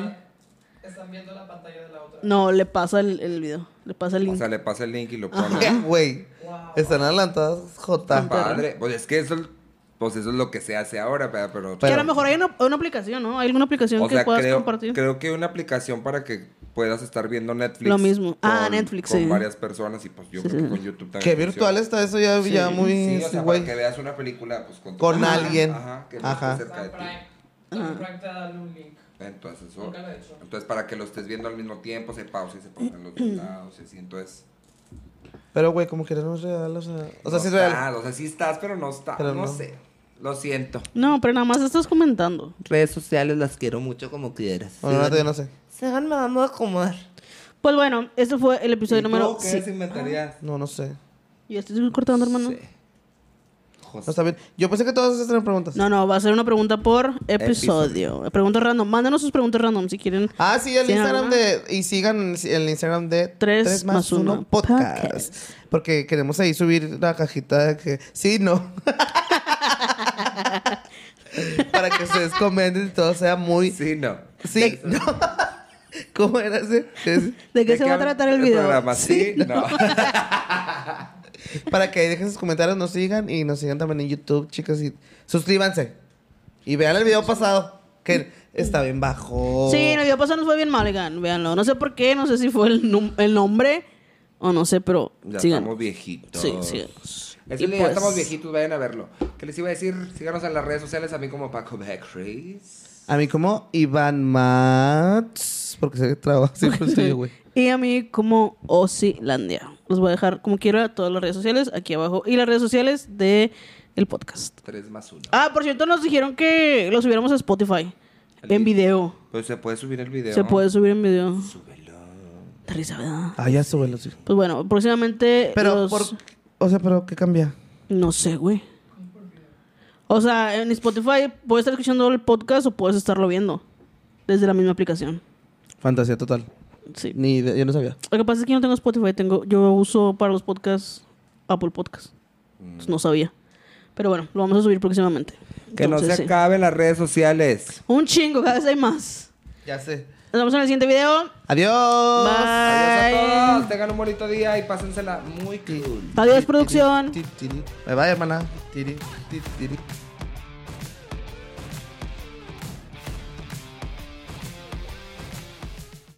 Speaker 4: Están viendo la pantalla de la otra.
Speaker 1: No, le pasa el, el video. Le pasa el
Speaker 2: O
Speaker 1: link.
Speaker 2: sea, le pasa el link y lo
Speaker 1: Ajá.
Speaker 2: pone.
Speaker 1: Ah.
Speaker 3: Güey. Están adelantadas
Speaker 2: Está
Speaker 3: J.
Speaker 2: padre. Pues es que eso... Pues eso es lo que se hace ahora, ¿verdad? pero...
Speaker 1: que a
Speaker 3: pero-
Speaker 1: lo mejor hay una, una aplicación, ¿no? Hay alguna aplicación
Speaker 2: o sea,
Speaker 1: que puedas
Speaker 2: creo,
Speaker 1: compartir.
Speaker 2: creo que una aplicación para que puedas estar viendo Netflix.
Speaker 1: Lo mismo. Ah, Netflix,
Speaker 2: Con
Speaker 1: sí.
Speaker 2: varias personas y pues yo
Speaker 1: Sí,
Speaker 2: creo
Speaker 1: sí,
Speaker 2: que
Speaker 1: sí.
Speaker 2: con YouTube también.
Speaker 3: Qué
Speaker 2: funciona.
Speaker 3: virtual está eso ya, ya
Speaker 1: Sí.
Speaker 3: muy.
Speaker 2: Sí, o
Speaker 3: sí,
Speaker 2: sea,
Speaker 3: güey.
Speaker 2: para que veas una película pues con, tu
Speaker 3: Con
Speaker 2: mamá.
Speaker 3: alguien.
Speaker 2: Ajá, que no estés
Speaker 3: Ajá.
Speaker 2: cerca de
Speaker 4: Amazon
Speaker 2: ti.
Speaker 4: Prime.
Speaker 1: Ajá.
Speaker 4: Amazon Prime te da un link.
Speaker 2: Entonces, eso-
Speaker 4: Nunca lo he hecho.
Speaker 2: entonces para que lo estés viendo al mismo tiempo, se pausa y se pongan los dos lados y así. Entonces,
Speaker 3: Pero, güey, como que no es real. O sea, o sea
Speaker 2: no
Speaker 3: sí es real.
Speaker 2: estás, ah, o sea, sí estás, pero no estás.
Speaker 3: Pero
Speaker 2: no,
Speaker 3: no.
Speaker 2: sé. Lo siento.
Speaker 1: No, pero nada más estás comentando.
Speaker 5: Redes sociales las quiero mucho como quieras.
Speaker 3: Bueno, ahorita yo no sé.
Speaker 5: Se van me vamos a acomodar.
Speaker 1: Pues bueno, este fue el
Speaker 2: ¿Y
Speaker 1: episodio
Speaker 2: tú
Speaker 1: número Ah,
Speaker 2: qué
Speaker 1: 7.
Speaker 2: desinventarías?
Speaker 3: No, no sé.
Speaker 1: Yo estoy cortando, hermano.
Speaker 2: Sí. José.
Speaker 3: No está bien. Yo pensé que todas esas eran preguntas.
Speaker 1: No, no, va a ser una pregunta por episodio.
Speaker 2: Episodio.
Speaker 1: Preguntas random. Mándanos sus preguntas random si quieren.
Speaker 3: Ah, sí, el
Speaker 1: ¿Tiene
Speaker 3: Instagram
Speaker 1: alguna?
Speaker 3: de. Y sigan el Instagram de
Speaker 1: Tres más uno
Speaker 3: podcast,
Speaker 1: podcast.
Speaker 3: Porque queremos ahí subir la cajita de que. Sí,
Speaker 1: (laughs)
Speaker 3: no. Para que ustedes comenten y todo sea muy. Sí,
Speaker 2: Sí, no.
Speaker 3: no. (laughs) ¿Cómo era ese? Es-
Speaker 1: ¿De qué se va a
Speaker 2: habla
Speaker 1: tratar el video?
Speaker 2: programa? Sí, no.
Speaker 3: Para que ahí dejen sus comentarios, nos sigan y nos sigan también en YouTube, chicas. Y suscríbanse. Y vean el video pasado, que está bien bajo.
Speaker 2: Oh.
Speaker 1: Sí, en el video pasado nos fue bien mal, oigan, véanlo. No sé por qué, no sé si fue el, num- el nombre o no sé, pero
Speaker 2: Ya
Speaker 1: sigan.
Speaker 2: estamos viejitos.
Speaker 1: Sí, sí.
Speaker 2: Es
Speaker 1: Y
Speaker 2: el día,
Speaker 1: pues-
Speaker 2: estamos viejitos, vayan a verlo. ¿Qué les iba a decir? Síganos en las redes sociales, a mí como Paco Backris.
Speaker 3: A mí como Iván Mats, porque se traba siempre el tuyo, güey.
Speaker 1: Y a mí como Osilandia. Los voy a dejar como quiera todas las redes sociales aquí abajo y las redes sociales de el podcast.
Speaker 2: 3 más 1.
Speaker 1: Ah, por cierto, nos dijeron que lo subiéramos a Spotify en video.
Speaker 2: Pues se puede subir el video.
Speaker 1: Se puede subir en video.
Speaker 2: Súbelo.
Speaker 1: De risa, ¿verdad?
Speaker 3: (laughs) Ah, ya súbelo, sí.
Speaker 1: Pues bueno, próximamente
Speaker 3: Pero,
Speaker 1: los-
Speaker 3: por, o sea, pero ¿qué cambia?
Speaker 1: No sé, güey. O sea, en Spotify puedes estar escuchando el podcast o puedes estarlo viendo desde la misma aplicación.
Speaker 3: Fantasía total.
Speaker 1: Sí.
Speaker 3: Ni de- yo no sabía.
Speaker 1: Lo que pasa es que yo no tengo Spotify, tengo, yo uso para los podcasts Apple Podcasts. Entonces, no sabía. Pero bueno, lo vamos a subir próximamente.
Speaker 2: Que no se
Speaker 1: Entonces, sí.
Speaker 2: acaben las redes sociales.
Speaker 1: Un chingo, cada vez hay más.
Speaker 3: Ya sé.
Speaker 1: Nos vemos en el siguiente video.
Speaker 3: Adiós.
Speaker 2: Adiós a
Speaker 1: Bye.
Speaker 2: todos. Tengan un bonito día y pásensela muy cool.
Speaker 1: Adiós, producción.
Speaker 3: Ti, ti, ti, ti. Bye bye, hermana. Ti, ti, ti, ti.